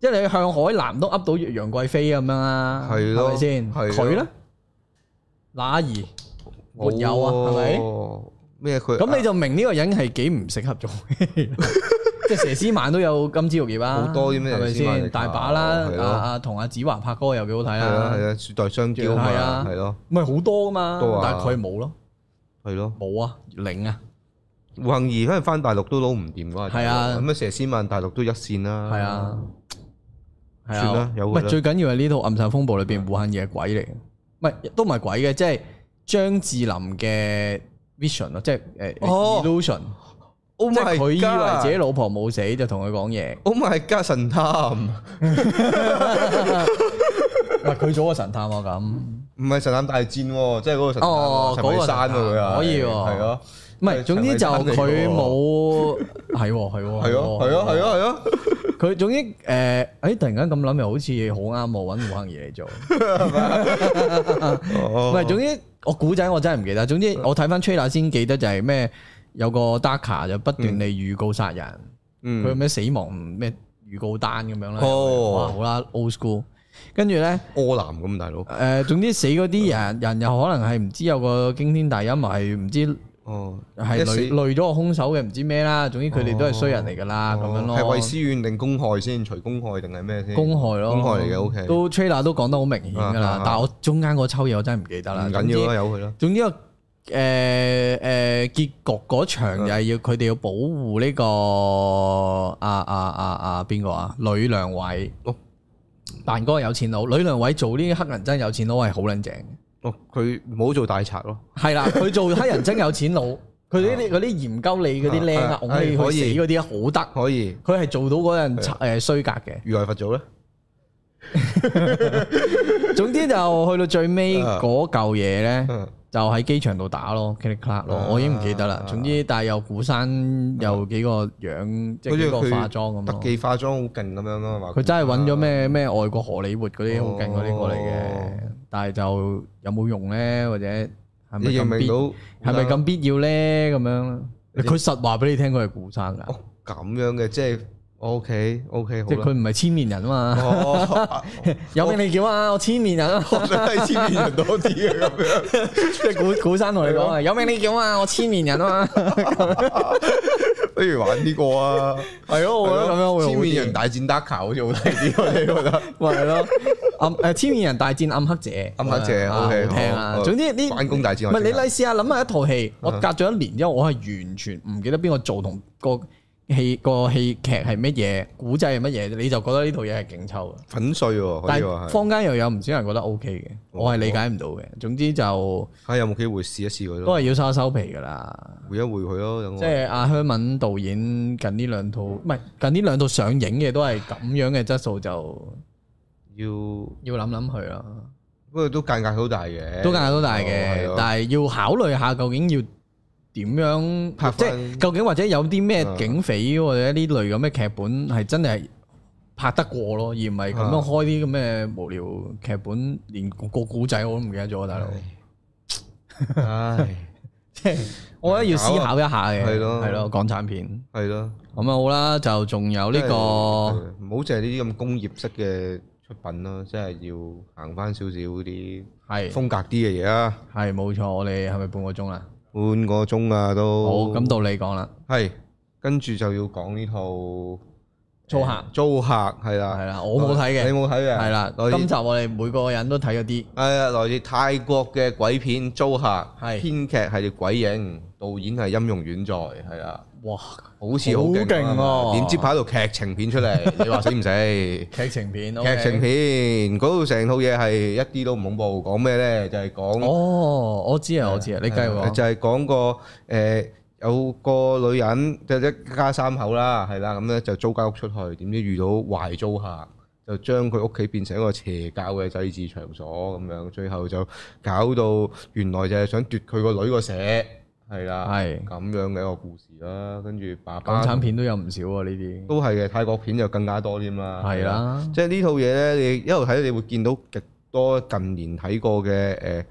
即係你向海南都噏到楊貴妃咁樣啦，係咯係咪先？係咯佢咧，那兒冇喎沒有啊係咪？咩佢咁你就明呢個人係幾唔適合做 戲，即係佘詩曼都有金枝玉葉啦，好多啲咩係咪佘詩曼先？大把啦係，啊咯啊同阿子華拍歌又幾好睇係啊係啦，啊，雪代雙驕係啊嘛，係咯咪好多噶嘛多啊，但係佢冇咯，係咯，冇啊，零啊，胡杏兒翻翻大陸都撈唔掂嗰陣係啊咁啊佘詩曼大陸都一線啦，係啊，係算啊啦，有佢唔係啦最緊要係呢套《暗殺風暴》裏邊胡杏兒係鬼嚟嘅，唔係都唔係鬼嘅，即係張智霖嘅 vision 咯，即係誒哦 illusion， ，Oh 即係 my 佢以為自己 god，Oh 老婆冇死就同佢講嘢。 my god 神探，喂，佢做個神探喎咁，唔唔係神探大戰喎，即係嗰個神探喎，哦陳嗰個慧神探珊喎佢啊，可以喎係咯，係，總之就佢冇，係喎係喎，係啊咯係咯係啊咯係咯。喎，佢總之誒，誒突然間咁諗又好似好啱喎，揾胡杏兒嚟做，唔唔係總之我古仔我真係唔記得，總之嗯我睇翻 trailer 先記得就係咩有個 Darka 就不斷地預告殺人，佢有嗯，咩死亡咩預告單咁樣啦，哦哇好啦 old school，跟住咧。柯南咁大佬，誒、總之死嗰嗯啲人，人又可能係唔知有個驚天大陰，或係唔知哦，係一死累累咗個兇手嘅，唔知咩啦。總之佢哋都係衰人嚟㗎啦，啊咁、樣咯。哦係為私怨定公害先？除公害定係咩先？公害咯，公害嚟嘅，OK 都 trailer 都講得好明顯㗎啦，啊啊啊但係我中間嗰抽嘢我真係唔記得啦。唔緊要啦，啊由佢啦。總之。總之個誒誒、呃結局嗰嗯場就係要佢哋要保護呢、個啊啊啊啊邊個啊呂良偉哦，扮嗰個有錢佬。呂良偉做呢啲黑人真有錢佬係好撚正嘅。哦，佢唔好做大賊咯。係啦，佢做黑人真有 錢佬，佢呢啲嗰啲研究你嗰啲僆啊啊，拱你係去可以死嗰啲好得。可以，佢係做到嗰陣誒衰格嘅。如來佛祖咧，總之就去到最尾啊嗰嚿嘢咧，嗯就喺機場度打咯 c l i c k clack 咯啊，我已經唔記得啦啊。總之，但係有古山有幾個樣，即係幾個啊化妝咁嗯特咯。技化妝好勁咁樣啊嘛。佢真係揾咗咩咩外國荷里活嗰啲好勁嗰啲過嚟哦嘅，但係就有冇用咧，或者係咪你認咁唔認必到？係咪咁必要咧？咁樣佢實話俾你聽，佢係古生㗎，哦，咁樣嘅，即係 OK OK 好即係佢啦。唔係千年人啊嘛。哦， 啊有命你叫啊！我千年人啊！我想睇千面人多啲啊，咁樣。 即係古古生同你講 啊，有命你叫啊！我千年人啊嘛。不如玩呢個啊。係咯，我覺得咁樣會好千面啲人。大戰 Dark 好似好睇啲，我哋覺得。咪係咯， 暗誒千面人大戰暗黑者，暗黑者啊 OK，好聽啊。好好總之呢關公大戰唔係我你知啊嚟試下諗下一套戲，我隔咗一年之後，我係完全唔記得邊個做同個戲個戲劇係乜嘢，古仔係乜嘢，你就覺得呢套嘢係勁抽嘅。 啊粉碎喎，可但以話係係。哦坊間又有唔少人覺得 O K 嘅，我係理解唔到嘅。總之就睇下有冇機會試一試佢都咯，係要收收皮噶啦。回一回佢咯，等我即係阿香文導演近呢兩套，唔係近呢兩套上映嘅都係咁樣嘅質素，就要，不要諗諗佢啦。過都間隔好大嘅，都價都大哦係嘅咯，但係要考慮下究竟要點樣拍即返啊係究竟或者有啲咩警匪或者呢類咁嘅劇本係真係拍得過咯，而唔係咁啊樣開啲咁嘅無聊劇本，連個個古仔我都唔記得咗，大佬。嗯唉， 即係我覺得要思考一下嘅，係咯係咯，港產片係咯，咁啊好啦，就仲有呢即係個。唔好淨係呢啲咁工業式嘅出品咯，即係要行翻少少啲係風格啲嘅嘢啊，係冇錯，我哋係咪半個鐘啦？半個鐘啊都好，咁到你講啦，係跟住就要講呢套租客租客係啦，係啦，我冇睇啊你嘅，冇睇啊嘅係啦。來自今集我哋每個人都睇咗啲，係啊，來自泰國嘅鬼片《租客》，係編劇係鬼影，導演係音容遠在，係啊，哇！好似好好勁勁喎啊！點知拍到劇情片出 嚟，你話死唔死？劇劇情片，情片嗰度成套嘢係一啲都唔恐怖，講咩咧？就係講哦，我知啊，我知啊，你繼續就係講個誒有個女人就一家三口啦，係啦，咁咧就租間屋出去，點知遇到壞租客，就將佢屋企變成一個邪教嘅祭祀場所咁樣，最後就搞到原來就係想奪佢個女個社，係啦，係咁樣嘅一個故事啦。跟住爸港產爸片都有唔少啊呢啲，都係嘅，泰國片就更加多添啦，係啦，即係呢套嘢咧，你一路睇你會見到極多近年睇過嘅誒、呃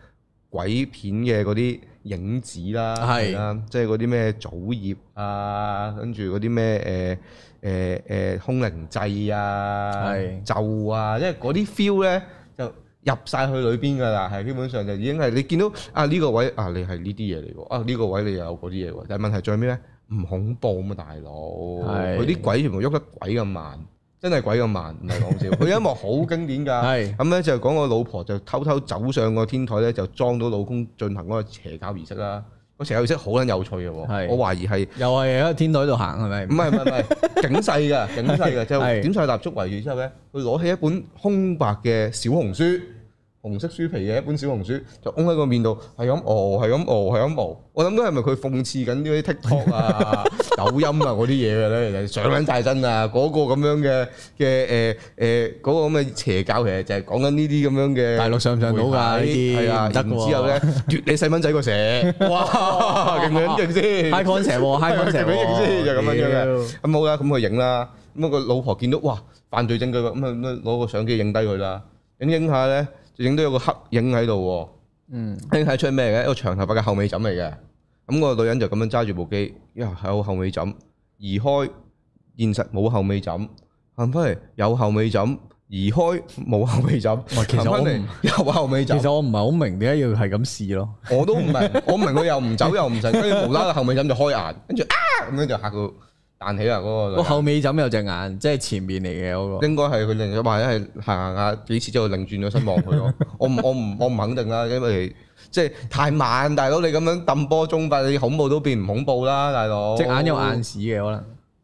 鬼片嘅嗰啲影子啦，係啦，即係嗰啲咩祖業啊，跟住嗰啲咩誒誒誒空靈祭啊係、咒啊，因為嗰啲 feel 咧就入晒去裏邊㗎啦，係基本上就已經係你見到啊呢、個位啊你係呢啲嘢嚟喎，啊呢、個位你又有嗰啲嘢喎，但係問題最尾咧唔恐怖啊嘛，大佬，係佢啲鬼全部喐得鬼咁慢。真係鬼咁慢，唔係 講笑。佢有一幕好經典㗎，係咁咧就講個老婆就偷偷走上個天台咧，就裝到老公進行嗰個邪教儀式啦。個邪教儀式好撚有趣嘅係喎，我懷疑係又係喺天台度行係咪唔？係唔係唔 係警世㗎，警世係㗎，就係點晒蠟燭圍住之後咧，佢攞起一本空白嘅小紅書，紅色書皮嘅一本小紅書，就擁喺個面度，係咁熬，係咁熬，係咁熬。哦我諗緊係咪佢諷刺緊呢啲 TikTok 啊、抖音啊嗰啲嘢嘅咧？其實上緊晒身啊！嗰、個咁樣嘅嘅誒誒嗰個咁嘅邪教，其實就係講緊呢啲咁樣嘅大陸上唔上到㗎呢啲係啊，唔得然㗎之喎後咧奪你細蚊仔 個蛇，哇！ 勁唔勁先？ high concept 喎，high concept 佢影先喎，就咁樣樣屌嘅。咁好啦，咁佢影啦。咁啊個老婆見到哇犯罪證據喎，咁啊咁啊攞個相機影低佢啦。影影下咧，就影到有個黑影喺度嗯，喎。影睇出咩嘅？一個長頭髮嘅後尾枕嚟嘅。咁個女人就咁樣揸住部機，一有後尾枕，移開現實冇後尾枕，行翻嚟有後尾枕，移開冇後尾枕，喂其實行我翻唔嚟有後尾其枕。實我唔係好明點解要係咁試咯，我都唔明，我唔明佢又唔走又唔成，跟住無啦啦後尾枕就開眼，跟住啊咁樣就嚇到彈起啦嗰個女個人。後尾枕有隻眼，即係前面嚟嘅嗰個，應該係佢另咗，或者係行行下幾次之後，擰轉咗身望佢 咯。我唔我唔我唔肯定啦，因為即係太慢，大佬你咁樣揼波鐘法，你恐怖都變唔恐怖啦，大佬。隻眼有眼，屎嘅可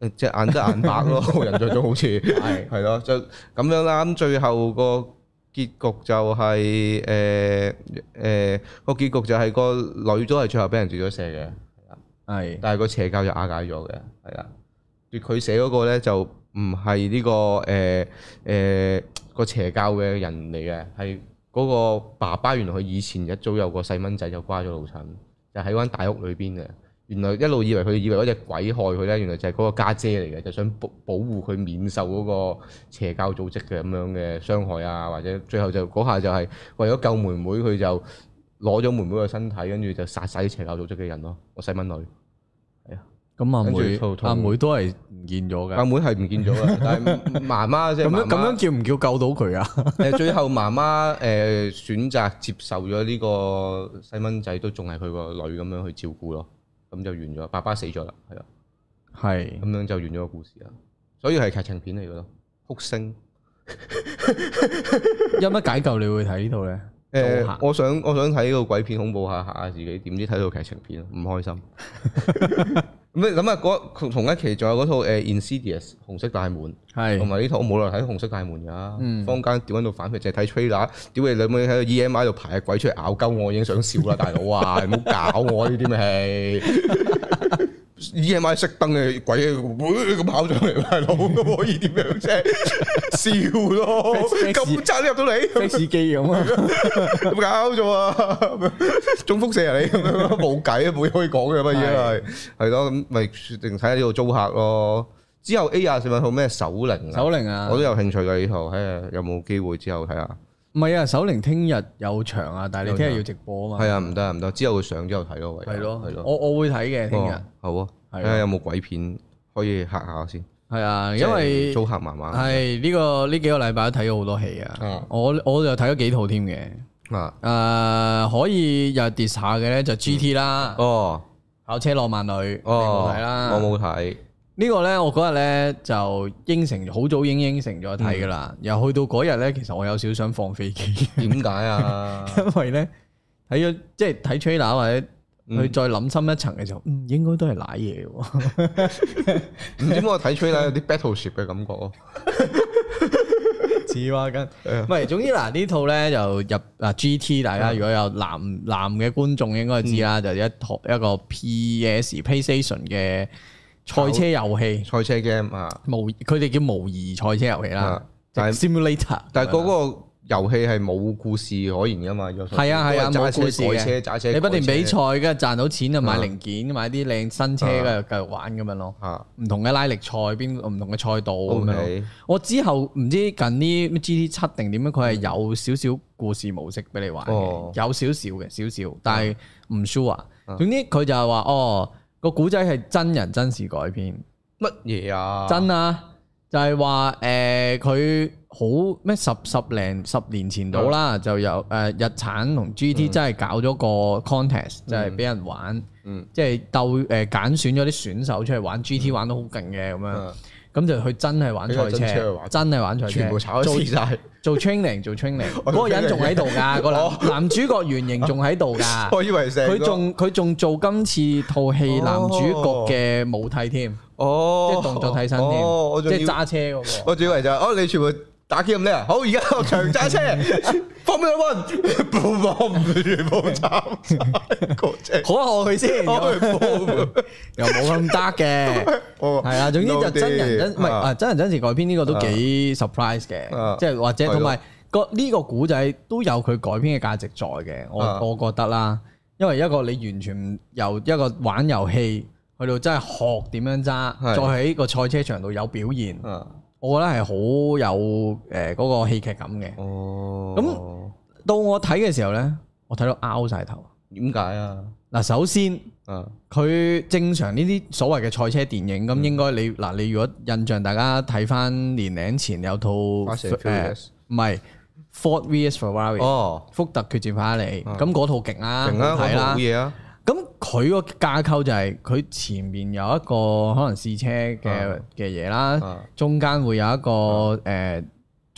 能，隻眼得眼白 咯，人像中好似係係咯，就咁樣啦。咁最後個結局就係誒誒個結局就係個女都係最後俾人奪咗射嘅。係但係個邪教就瓦解咗嘅，係啦。佢佢寫嗰個咧就唔係呢個誒誒個邪教嘅人嚟嘅，係嗰個爸爸原來佢以前一早有個細蚊仔就瓜咗腦疹，就喺間大屋裏邊嘅。原來一路以為佢以為嗰只鬼害佢咧，原來就係嗰個家姐嚟嘅，就想保保護佢免受嗰個邪教組織嘅咁樣嘅傷害啊，或者最後就嗰下就係為咗救妹妹，佢就攞咗妹妹嘅身體，跟住就殺晒啲邪教組織嘅人咯，個細蚊女。咁阿跟住套妹套阿妹都係唔見咗阿㗎，妹係唔見咗 啦，但係媽媽即咁係樣媽咁媽樣叫唔叫救到佢啊？誒，最後媽媽誒選擇接受咗呢個細蚊仔，都仲係佢個女咁樣去照顧咯，咁就完咗，爸爸死咗啦，係啦，啊係咁樣就完咗個故事啦，所以係劇情片嚟嘅咯，哭聲。有乜解救你會睇呢套咧？誒、做下我想我想睇個鬼片恐怖下啊嚇下自己，點知睇到劇情片，啊唔開 心。咁你諗下嗰同同一期仲有嗰套誒《Insidious》紅色大門。同係埋呢套我冇理由睇《紅色大門》㗎，嗯坊間屌喺度反皮，淨係睇 trailer，屌你兩妹喺度 EMI 度排嘅鬼出嚟咬鳩我，已經想笑啦，大佬啊， 你唔好搞我呢啲咪 戲 EMI 熄燈嘅鬼咁跑上嚟，大佬都可以點樣啫？笑咯， Fix- fix- 咁差都入到嚟，的士機 咁啊，有冇搞咗啊？中輻射啊你咁樣，冇計啊，冇嘢可以講嘅乜嘢係係咯，咁咪定睇下呢度租客咯。之後 A 廿四咪套咩手靈啊？手靈啊我，都有興趣㗎呢套，睇下有冇機會之後睇下。唔係啊，手靈聽日有場啊，但係你聽日要直播啊嘛係，啊，唔得啊唔得，之後佢上之後睇咯，唯有係咯係咯。我我會睇嘅聽哦日，好啊，係啊睇下有冇鬼片可以嚇下先。係啊，因為啊即係租客麻麻係呢個呢幾個禮拜都睇咗好多戲啊啊，我我就睇咗幾套添嘅。啊，誒、可以又 diss 下嘅咧就 GT 啦，嗯哦跑車浪漫女，哦，你冇睇啦。我冇睇，呢個咧，我嗰日咧就應承，好早已經應承咗睇噶啦。嗯又去到嗰日咧，其實我有少少想放飛機，點解 啊？因為咧睇咗即係睇 trailer 啊或者嗯佢再諗深一層嘅時候，嗯，應該都係賴嘢 喎。唔知點解我睇出嚟有啲 battleship 嘅感覺咯。似話緊。係啊嗯唔係，總之嗱呢套咧就入啊 GT，大家如果有男男嘅觀眾應該知啦，就一台一個 PS PlayStation 嘅賽車遊戲，賽車 game 啊，模佢哋叫模擬賽車遊戲啦啊，但係 simulator。但係嗰個遊戲係冇故事可言噶嘛，係啊係啊都係揸冇故事車嘅改車揸車，你不改斷比車賽，跟住賺到錢就買啊零件，買啲靚新車，啊跟住繼續玩咁樣咯。啊唔同嘅拉力賽，邊唔同嘅賽道咁樣咯。 ，OK，我之後唔知近呢 GT 七定點樣，佢係有少少故事模式俾你玩嘅，嗯哦啊有少少嘅少少，但係唔 sure。總之啊佢就係話哦，個古仔係真人真事改編，乜嘢啊？真啊，就係話誒佢好咩十十零十年前到啊啦，就有誒、呃日產同 GT 真係搞咗個 contest，、就係俾人玩，嗯即係鬥誒揀選咗啲選手出嚟玩 GT 玩得好勁嘅咁樣。啊咁就佢真係玩賽佢係真車去車，玩真係玩賽車，全部炒做死晒，做 training 做 training， 我以為哦嗰個人仲喺 度㗎，個男男主角原型仲喺度㗎，我以為成個佢仲佢仲做今次套戲哦男主角嘅武替添，即哦，係動作替身哦，我仲添，即係要揸車 嗰個。我以為就係哦，你全部打機咁叻啊，好而家我長揸車，Formula One，暴bomb 全部斬晒個車，好啊，我佢先，開 又 bomb 冇咁得嘅。哦係啊，總之就真人真嬲唔啲係啊啊，真人真事改編呢個都幾 surprise 嘅啊，即係或者係咯同埋個呢個古仔都有佢改編嘅價值在嘅，啊我我覺得啦，因為一個你完全由一個玩遊戲去到真係學點樣揸，係再喺個賽車場度有表現，啊，我覺得係好有誒嗰個戲劇感 어.哦，嘅。咁到我睇嘅時候呢，我睇到拗晒頭。點解啊？嗱，首先。啊，佢正常呢啲所謂嘅賽車電影，嗯咁應該你嗱，你如果印象大家睇翻年零前有套 Fast and 誒 Furious 唔係 Ford vs Ferrari，哦，福特決戰法拉利，咁嗰套勁啦，明好啊，嗰睇套好啦。嘢啊，咁佢個架構就係佢前面有一個可能試車嘅啊嘅嘢啦，啊，中間會有一個誒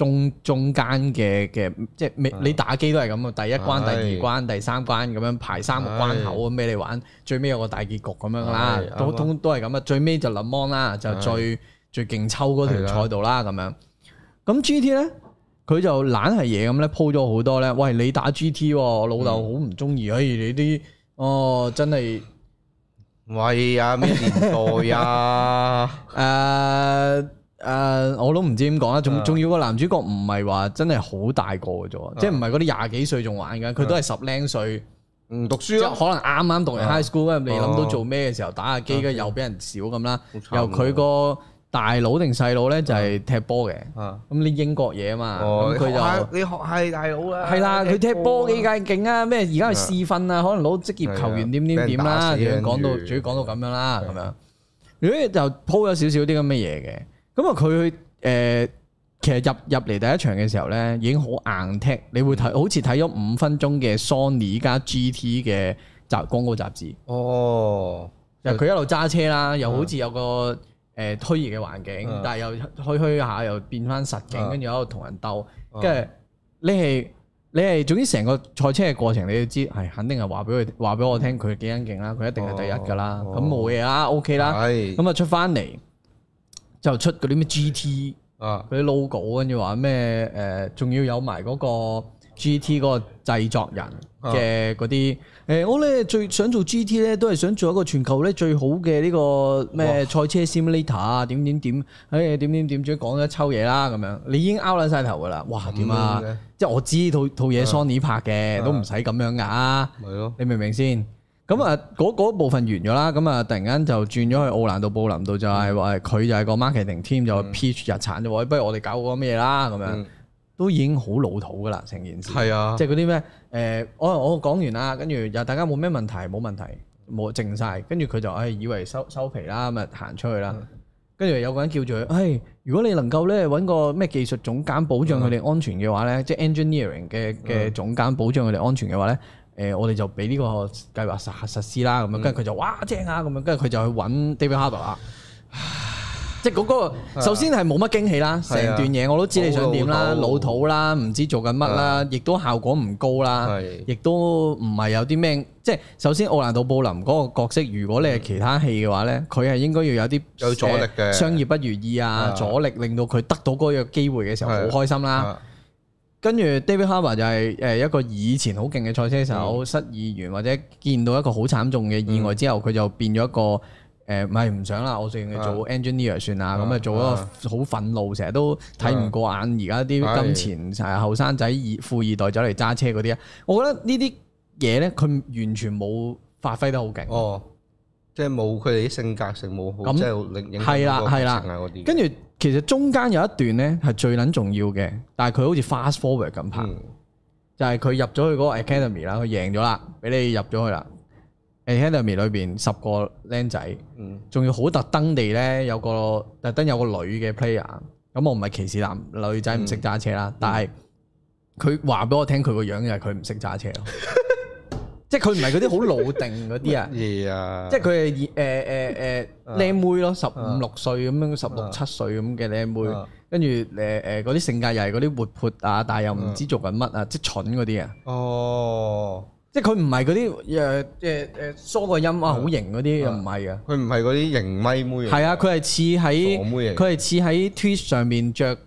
中中間嘅嘅，即係你你打機都係咁啊，第一關、第係二關、第三關咁樣排三個關口咁俾你玩，最尾有個大結局咁樣啦係，都啱啊啊通都係咁啊，最尾就林芒啦，就最最勁抽嗰係啦條賽道啦咁樣。咁 G T 咧，佢就懶係嘢咁咧鋪咗好多咧，喂你打 G T，我老嗯豆好唔中意，哎你啲哦真係。喂啊，咩年代 啊？誒誒、我都唔知點講啦。仲啊仲要個男主角唔係話真係好大個嘅啫喎，即係唔係嗰啲廿幾歲仲玩嘅，佢都係十零嗯歲，唔讀書即係咯，可能啱啱讀完 high school 咁，你諗到哦做咩嘅時候打下啊機，跟住又俾人少咁啦。好慘由佢個大佬定細佬咧就係踢波嘅，啊，咁你英國嘢啊嘛，哦咁，佢你學下就。你學系大佬啊，係啦，佢踢波幾㗎，界勁啊！咩而家去試訓啊，可能攞職業球員點點點啦，仲係要啊講到俾人打死啊仲要講到咁樣啦，咁樣。如果就鋪咗少少啲咁嘅嘢嘅，咁啊佢誒其實入入嚟第一場嘅時候咧，已經好硬踢，你會睇好似睇咗五分鐘嘅 Sony 加 GT 嘅雜廣告雜誌，哦，就佢一路揸車啦，又好似有個誒推移嘅環境嗯，但係又虛虛下又變翻實景，嗯跟住喺度同人鬥。跟住你係你係，總之成個賽車嘅過程，你都知係肯定係話俾佢話俾我聽，佢幾撚勁啦，佢一定係第一噶啦，哦咁冇嘢啦，OK 啦，係咁啊出翻嚟就出嗰啲咩 GT 啊，嗰啲 logo，跟住話咩誒，仲要有埋嗰個 GT 嗰個製作人啊嘅嗰啲誒，我咧最想做 GT 咧，都係想做一個全球咧最好嘅呢個咩賽車 simulator 啊，點點點，誒點點點，總之講咗一抽嘢啦咁樣，你已經 out 撚晒頭噶啦，哇點啊咁樣嘅！啊即係我知套套嘢 Sony 拍嘅，都唔使咁樣噶。咪咯，你明唔明先？咁啊，嗰嗰部分完咗啦，咁啊，突然間就轉咗去奧蘭度布林度，就係話嗯佢就係個 marketing team 就 pitch 日產就話，不如我哋搞個咩啦咁樣嗯，都已經好老土噶啦，成件事。係啊即，係嗰啲咩誒，我我講完啦，跟住又大家冇咩問題，冇問題，冇靜晒。跟住佢就誒、唉以為收收皮啦，咁啊行出去啦。嗯跟住有個人叫住佢，誒、如果你能夠咧揾個咩技術總監保障佢嗯哋安全嘅話咧，即係 engineering 嘅嘅總監保障佢哋安全嘅話咧，誒、我哋就俾呢個計劃嗯 實實施啦，咁樣跟住佢就哇正啊，咁樣跟住佢就去揾 David Harbour 啦。啊即係嗰個首先係冇乜驚喜啦，成係啊段嘢我都知你想點好啦，老土老土啦，唔知做緊乜啦，啊亦都效果唔高啦係，亦都唔係有啲咩，即係首先奧蘭道布林嗰個角色，如果你係其他戲嘅話咧，佢係應該要有啲有阻力嘅呃商業不如意啊，啊阻力令到佢得到嗰個機會嘅時候好係開心啦。啊跟住 David Harbour 就係誒一個以前好勁嘅賽車手，失意完或者見到一個好慘重嘅意外之後，佢就變咗一個誒，唔係唔想啦，我淨係做 engineer 算啦，咁啊做一個好憤怒，成日都睇唔過眼而家啲金錢誒後生仔二富二代走嚟揸車嗰啲啊，我覺得呢啲嘢咧，佢完全冇發揮得好勁。哦，即係冇佢哋啲性格性冇好，咁即係令影響係啦到個係啦劇情啊嗰啲。跟住其實中間有一段咧係最撚重要嘅，但係佢好似 fast forward 咁拍。嗯就係佢入咗去嗰個 academy 啦，佢贏咗啦，俾你入咗去啦。academy 裏邊十個僆仔，嗯仲要好特登地咧，有個特登有個女嘅 player。咁我唔係歧視男女仔唔識揸車啦，但係佢話俾我聽，佢個樣就係佢唔識揸車咯，即係佢唔係嗰啲好老定 嗰啲啊。嘢啊，即係佢係誒誒誒靚妹咯，十五六歲咁樣，十六啊七歲咁嘅靚妹啊，跟住誒誒嗰啲性格又係嗰啲活潑啊，但係又唔知做緊乜啊，即係蠢嗰啲啊，哦，即係佢唔係嗰啲誒呃誒誒梳個音啊好型嗰啲又唔係啊，佢唔係嗰啲型咪妹嚟，係啊，佢係似傻喺妹嚟啊佢係似喺 Twitch 上面着誒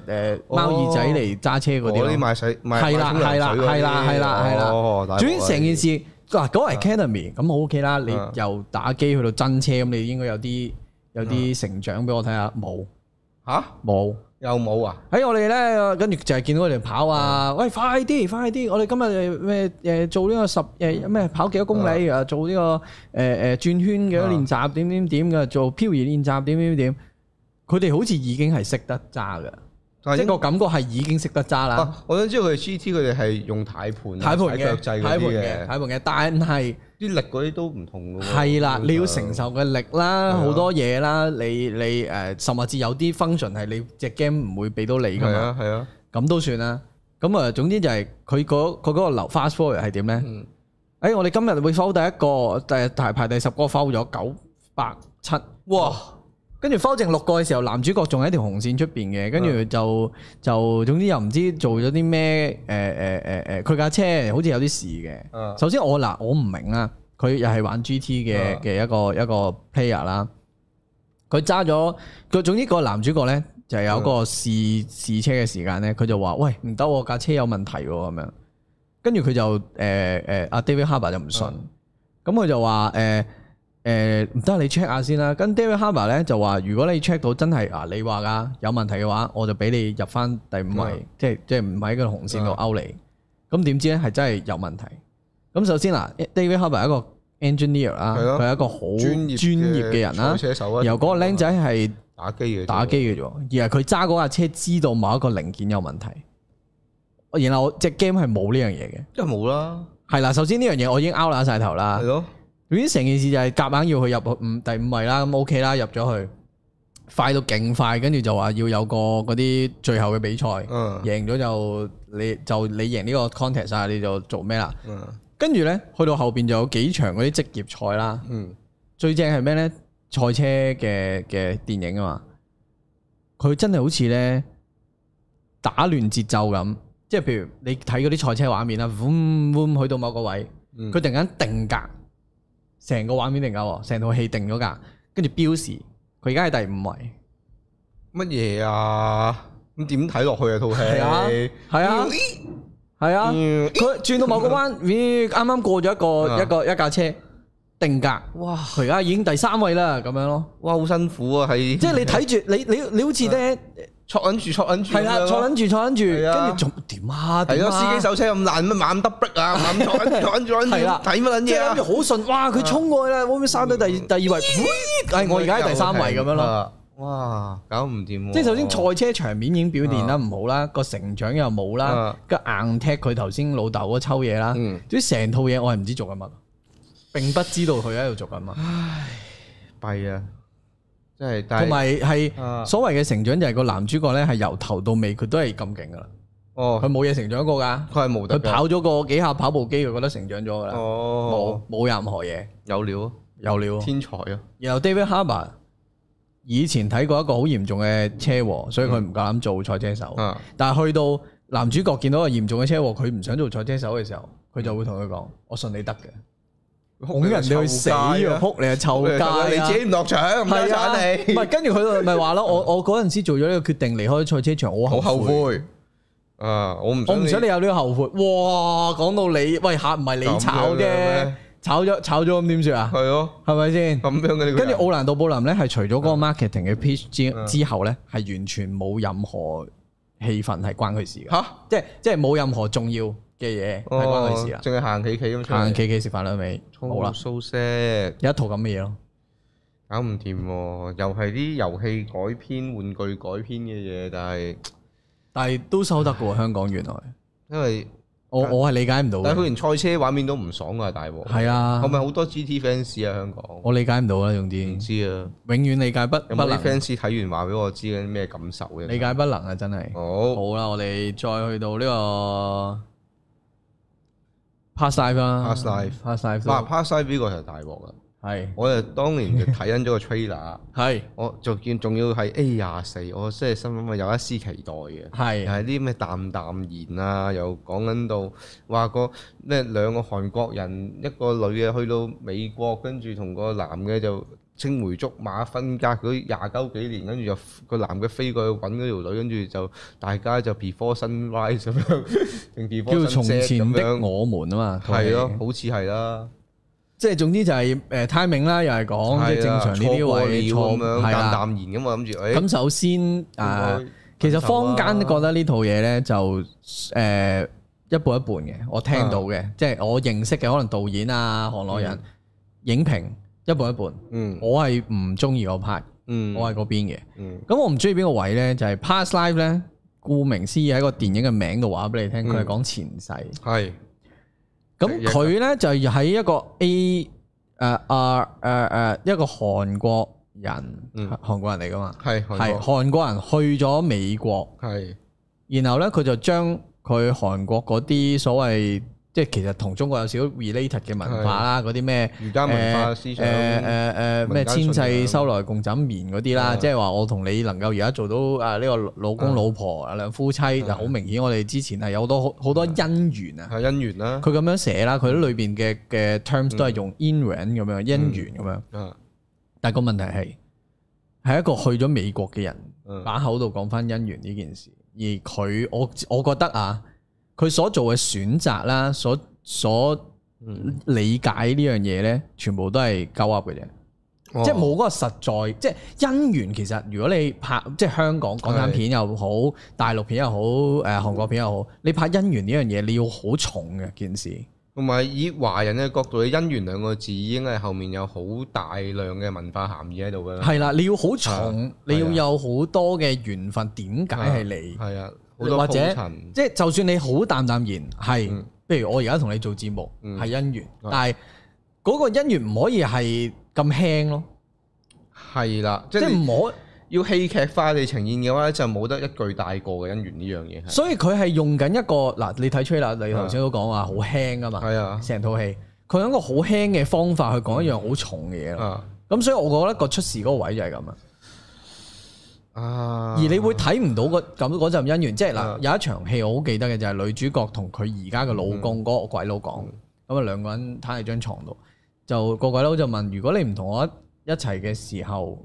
誒貓耳仔嚟揸車嗰哦嗰啲哦啲咯。賣水賣係啦賣沖涼係啦水嗰啲係啦係啦係哦啦，大鑊啊總之成件事嗱，嗰個 academy 咁好 OK 啦，你啊由打機去到真車咁，你應該有啲有啊啲成長俾我睇下，冇吓冇。又冇啊？喺哎我哋咧，跟住就係見到佢哋跑嗯啊！喂，快啲，快啲！我哋今日誒咩誒呃做呢個十誒咩跑幾多公嗯里啊？做呢個誒誒轉圈嘅練習點點點嘅，做漂移練習點點點。佢哋好似已經係識得揸嘅，但即係係個感覺係已經識得揸啦。啊啊，我想知道佢哋 GT 佢哋係用軚盤啊、睇盤軚嘅，腳睇掣盤嗰啲嘅，嘅，睇盤嘅，但係啲力嗰啲都唔同嘅喎。啊係啦，基本上你要承受嘅力啊啦，好多嘢啦，你你誒，甚至有啲 function 係你只 game 唔會俾到你噶係嘛，啊係啊，咁都算啦。咁啊，總之就係佢嗰佢嗰個流 fast forward 係點咧？嗯誒，我哋今日會 foul 第一個，第排排第十個 foul 咗九百七，哇！跟住 foul 剩六個嘅時候，男主角仲喺條紅線出邊嘅，跟啊住就就總之又唔知做咗啲咩呃誒誒誒誒，佢架車好似有啲事嘅。啊首先我嗱，我唔明啦，佢又係玩 GT 嘅啊嘅一個一個 player 啦，佢揸咗佢總之個男主角咧就有一嗯個試試車嘅時間咧，佢就話：喂，唔得喎，架車有問題喎咁樣。跟住佢就誒誒阿 David Harbour 就唔信，嗯咁佢就話誒誒唔得，你 check 下先啦。跟 David Harbour 咧就話：如果你 check 到真係啊，你話㗎有問題嘅話，我就俾你入翻第五位嗯，即係即係唔喺個紅線度勾你。咁點知咧係真係有問題。咁首先嗱，David Harbour 係一個 engineer 啦，係啊佢係一個好專專業業嘅人啦賽。車手啊，由嗰個僆仔係打機嘅啫，打機嘅啫喎，而係佢揸嗰架車知道某一個零件有問題，然後隻 game 係冇呢樣嘢嘅。即係冇啦，係啦，首先呢樣嘢我已經 out 晒頭啦係。咯，總之成件事就係夾硬要佢入五第五位啦，咁 OK 啦，入咗去，快到勁快，跟住就話要有個嗰啲最後嘅比賽，嗯贏咗就你就你贏呢個 contest 啊，你就做咩啦？嗯跟住呢，去到後邊就有幾場嗰啲職業賽啦，嗯，最正係咩呢？賽車嘅嘅電影啊嘛，佢真係好似呢打亂節奏咁，即係譬如你睇嗰啲賽車畫面啦，嗡嗡去到某個位。嗯佢突然間定格，成個畫面定格喎，成套戲定咗格，跟住標示佢而家係第五乜位，嘢啊？咁點睇落去啊套戲？係啊係啊係啊，嗯佢轉到某個 彎，咦，啱啱過咗一個啊一個一架車定格，哇！佢而家已經第三位啦，咁樣咯，哇，好辛苦啊！喺即係你睇住你你你好似咧坐緊住，坐緊住係啊啦，咁樣咯坐撚住坐撚係啊住，跟住仲點啊係點咯，啊，司機手車咁爛，乜猛得逼啊，猛 坐緊坐緊坐緊係啦睇乜撚即係嘢諗住啊？好順，哇！佢衝過去啦，會唔會生到第第二位？啊係哎我而家係第三位咁樣咯。啊。哇，搞唔掂喎！即係首先賽車場面已經表現得啊唔好啦，個成長又冇啦啊，個硬踢佢頭先老豆嗰抽嘢啦，嗯總之成套嘢我係唔知做緊乜，並不知道佢喺度做緊乜，弊啊，即係但係同埋係啊所謂嘅成長就係個男主角咧係由頭到尾佢都係咁勁噶啦，佢哦，冇嘢成長過㗎，佢係無啊佢得嘅跑咗個幾下跑步機，佢覺得成長咗㗎啦，冇哦，冇任何嘢有料啊，有料。天才啊，然後 David Harbour 以前睇過一個好嚴重嘅車禍，所以佢唔夠膽做賽車手。啊，但係去到男主角見到個嚴重嘅車禍，佢唔想做賽車手嘅時候，佢就會同佢講：我信你得嘅，拱拱人哋去死啊！撲你啊，臭街啊 你自己唔落場，唔得係啊，產唔你，嗯係跟住佢咪話咯，我我嗰陣時做咗呢個決定，離開賽車場，我好後後悔，悔啊！我唔我唔想你有呢個後悔。哇，講到你喂嚇，唔係你炒咁樣嘅啫咩，嗯炒咗炒咗咁點算啊？係咯，係咪先？咁樣嘅你個人跟住奧蘭道布林咧，係除咗嗰嗯個 marketing 嘅 pitch 之之後咧，係完全冇任何氣氛係關佢事嘅，吓，即係即係冇任何重要嘅嘢係關佢事啦哦。淨係行企企咁出嚟行企企食飯啦未？冇啦，蘇式有一套咁嘅嘢咯。搞唔掂喎，又係啲遊戲改編、玩具改編嘅嘢，但係但係都收得嘅喎，香港原來因為我我係理解唔到但係佢嘅。連賽車畫面都唔爽啊，大鑊！係啊係，咪好多 GT fans 啊？香港我理解唔到啦，總之唔知啊，永遠理解不有不冇啲能， fans 睇完話俾我知緊咩感受嘅？理解不能啊！真係。好好啦，我哋再去到呢個 past life 啦 Past Life past life 嗱都 Pass 呢個就大鑊 啦！係我就當年就睇緊咗個 trailer，係我就見仲要係 A 廿四，我即係心諗啊有一絲期待嘅。又係係啲咩淡淡然啊，又講緊到話個咩兩個韓國人，一個女嘅去到美國，跟住同個男嘅就青梅竹馬分隔嗰廿九幾年，跟住就個男嘅飛過去揾嗰條女，跟住就大家就 before sunrise 咁樣， 定叫做 before 從 sunset 前咁的樣，我們啊嘛，係咯，，好似係啦，即係總之就係誒 timing 啦，又係講即係係正啦常呢錯啲過位了咁錯樣係淡啦淡然咁我諗住，誒咁首先啊，其實坊間覺得呢套嘢咧就誒一半一半嘅，我聽到嘅，即係我認識嘅可能導演啊、行內人嗯影評一半一半，嗯我係唔中意嗰 part，嗯，我係嗰邊嘅。嗯咁我唔中意邊個位咧，就係 past life 咧，顧名思義喺個電影嘅名度話俾你聽，嗯佢係講前世。係咁佢咧就係喺一個 A 誒啊誒誒一個韓國人，嗯韓國人嚟噶嘛，係係韓國韓國人去咗美國，係然後咧佢就將佢韓國嗰啲所謂即係其實同中國有少少 related 嘅文化啦，嗰啲咩。呃儒家文化思想。誒誒誒呃民咩間信千仰世修來共枕眠嗰啲啦，係即係話我同你能夠而家做到啊呢個老公老婆啊兩夫妻，就好明顯我哋之前係有好多好好多姻緣啊。係姻緣啦，佢咁樣寫啦，佢喺裏邊嘅嘅 terms 都係用 in 緣咁樣姻緣咁樣，啊，但係個問題係係一個去咗美國嘅人嗯把口度講翻姻緣呢件事，而佢我我覺得啊，佢所做嘅選擇啦，所所理解呢樣嘢咧，全部都係鳩噏嘅啫。哦即係冇嗰個實在，即係姻緣。其實如果你拍即係香港港產片又好，大陸片又好，誒、韓國片又好，你拍姻緣呢樣嘢，你要好重嘅件事。同埋以華人嘅角度，你姻緣兩個字已經係後面有好大量嘅文化含義喺度㗎啦。係啦，你要好係重啊，你要有好多嘅緣分。點解係你？係啊，好多或者鋪陳即係就算你好淡淡然係，譬如我而家同你做節目嗯係姻緣，但係嗰個姻緣唔可以係咁輕咯，係啦，即即係係你唔可。要戲劇化地呈現嘅話，就冇得一句帶過嘅姻緣呢樣嘢係。所以佢係用緊一個嗱，你睇吹啦，你頭先都講話好輕啊嘛。係啊，成套戲，佢用一個好輕嘅方法去講一樣好重嘅嘢咯。啊咁所以我覺得個出事嗰個位就係咁啊。啊，而你會睇唔到個咁嗰陣姻緣，即係嗱啊有一場戲我好記得嘅就係女主角同佢而家嘅老嗯公嗰個鬼佬講，咁啊兩個人攤喺張床度，就個鬼佬就問：如果你唔同我一齊嘅時候，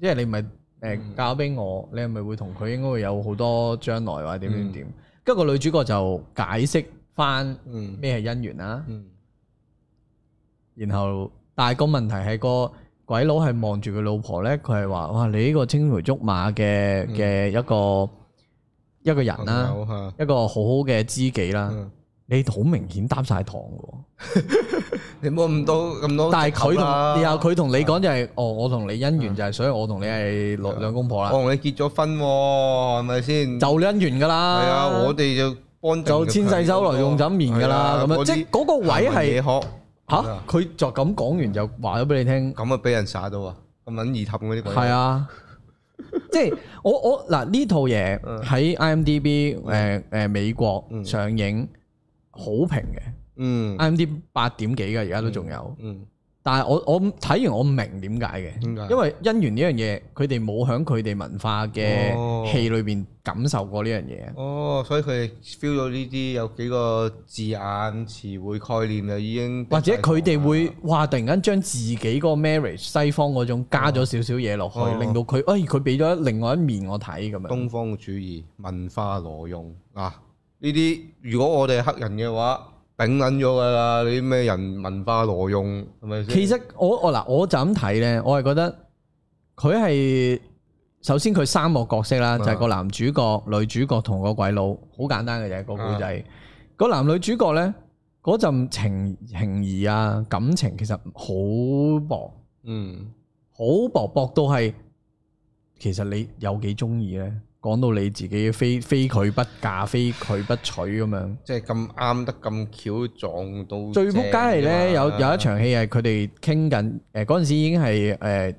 即係你咪嗯誒嫁俾我，你係咪會同佢應該會有好多將來或者點點點？跟住個女主角就解釋翻嗯咩係姻緣啦。嗯然後但係個問題係個鬼佬係望住佢老婆咧，佢係話：哇，你呢個青梅竹馬嘅嘅一個一個人嗯朋啦，友嚇，一個好好嘅知己啦，嗯你好明顯擔晒糖嘅喎。你冇咁多咁多藉口啦。啊嗯但係佢同然後佢同你講就係：哦，我同你姻緣就係，所以我同你係兩兩公婆我啦，哦同你結咗婚喎，係咪先？就姻緣㗎係啦。啊，我哋就幫就千世修來用枕眠㗎啊啦，咁樣啊即係嗰個位係係啊吓，佢就咁講完就話咗俾你聽。咁啊，俾人耍到啊，咁撚易氹嗰啲鬼。係，啊，即係我我嗱呢套嘢嗯喺 IMDB 誒、誒、呃美國嗯上映好評嘅嗯，IMDB 八點幾嘅而家都仲有，嗯但係我我睇完我唔明點解點解嘅，因為姻緣呢樣嘢，佢哋冇喺佢哋文化嘅哦戲裏邊感受過呢樣嘢啊。哦，所以佢哋 feel 到呢啲有幾個字眼、詞彙概念就已經或者佢哋會哇！突然間將自己個 marriage 西方嗰種加咗少少嘢落去，哦令到佢，哎，佢俾咗另外一面我睇咁樣。啊東方主義文化挪用啊！呢啲如果我哋係黑人嘅話，頂撚咗㗎啦！你啲咩人文化挪用係咪先？其實我我嗱，我就咁睇咧，我係覺得佢係首先佢三個角色啦，就係、個男主角、女主角同個鬼佬，好簡單嘅啫個故仔。個男女主角咧，嗰陣情情誼啊感情其實好薄，嗯好薄薄到係其實你有幾中意咧？講到你自己非非佢不嫁，非佢不娶咁樣。即係咁啱得咁巧撞到最撲街係咧，正㗎有嘛有一場戲係佢哋傾緊，誒嗰陣時已經係誒、呃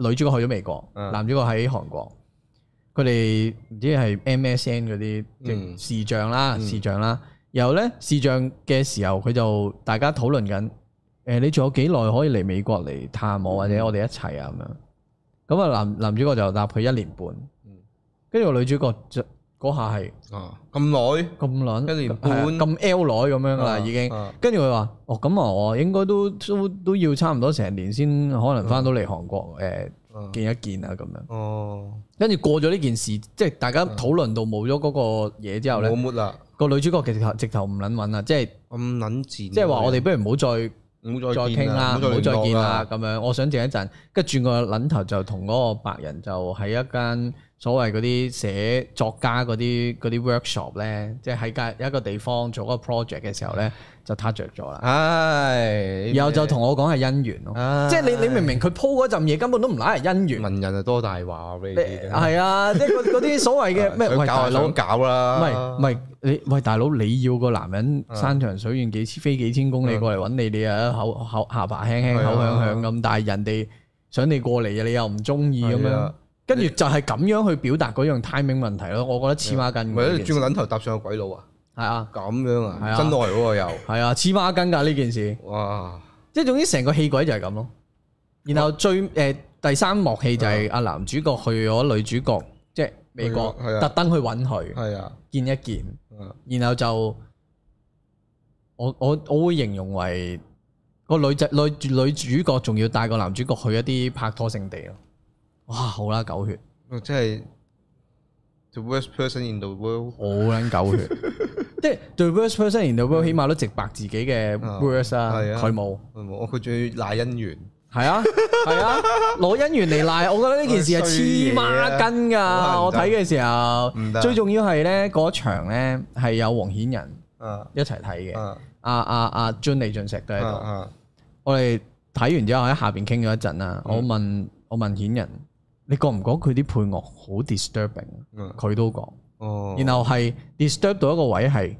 女主角去咗美國，嗯男主角喺韓國，佢哋唔知係 MSN 嗰啲即係嗯視像啦，視像啦，然後咧視像嘅時候佢就大家討論緊，誒、你仲有幾耐可以嚟美國嚟探嗯我，或者我哋一齊啊咁樣。咁啊男男主角就答佢一年半嗯，跟住個女主角就嗰下係啊咁耐咁撚一年半係啊咁 L 耐咁樣噶啦已經。啊跟住佢話：哦，咁啊，我應該都都都要差唔多成年先可能翻到嚟韓國誒、啊見一見啊咁樣。哦，跟住過咗呢件事，即係大家討論到冇咗嗰個嘢之後冇咧，抹啦，個女主角其實直頭唔撚揾啦，啊即係咁撚賤，即即係話我哋不如唔好再唔好再再見傾啦，唔好再聯絡啊見啦咁樣。我想靜一陣，跟住轉個撚頭就同嗰個白人就喺一間所謂嗰啲寫作家嗰啲嗰啲 workshop 咧，即係喺間一個地方做嗰個 project 嘅時候咧，就撻着咗啦。唉，然後就同我講係姻緣咯。唉，即係你你明唔明佢鋪嗰陣嘢根本都唔乸係姻緣，文人就多大話俾你知啦，係啊，即係嗰嗰啲所 謂嘅咩想搞喂大就佬，想唔搞啦，啊係唔係你喂大佬，你要個男人山長水遠幾千飛幾千公里過嚟揾你，你啊口口下巴輕輕係啊口響響咁，但係人哋想你過嚟啊，你又唔中意咁係樣啊，跟住就係咁樣去表達嗰樣 timing 問題咯，我覺得黐孖筋唔嘅係呢你件轉事，個撚頭搭上個鬼佬啊，係啊咁樣啊係，啊真愛喎又，係啊黐孖筋㗎呢件事。哇，即係總之成個戲鬼就係咁咯。然哦後最誒、第三幕戲就係阿男主角去咗女主角，即係美國啊係啊特登去揾佢係啊，見一見，嗯然後就我我我會形容為個女仔女女主角仲要帶個男主角去一啲拍拖聖地咯。哇，好啦，狗血，即係 the worst person in the world，好撚狗血， 即係 the worst person in the world，起碼都直白自己嘅嗯啊 worst 啊，係啊佢冇。我佢仲要賴姻緣，系啊，系啊，攞姻緣嚟賴，我覺得呢件事係黐孖筋噶。好我乞人憎睇嘅時唔候，得最重要係咧嗰場咧係有黃顯仁啊一齊睇嘅，啊阿阿阿 Jun 李俊石都啊喺度。啊，我哋睇完之後喺下邊傾咗一陣啦。嗯我問我問顯仁，你覺唔覺佢啲配樂好 disturbing？嗯佢都講，哦，然後係 disturb 到一個位係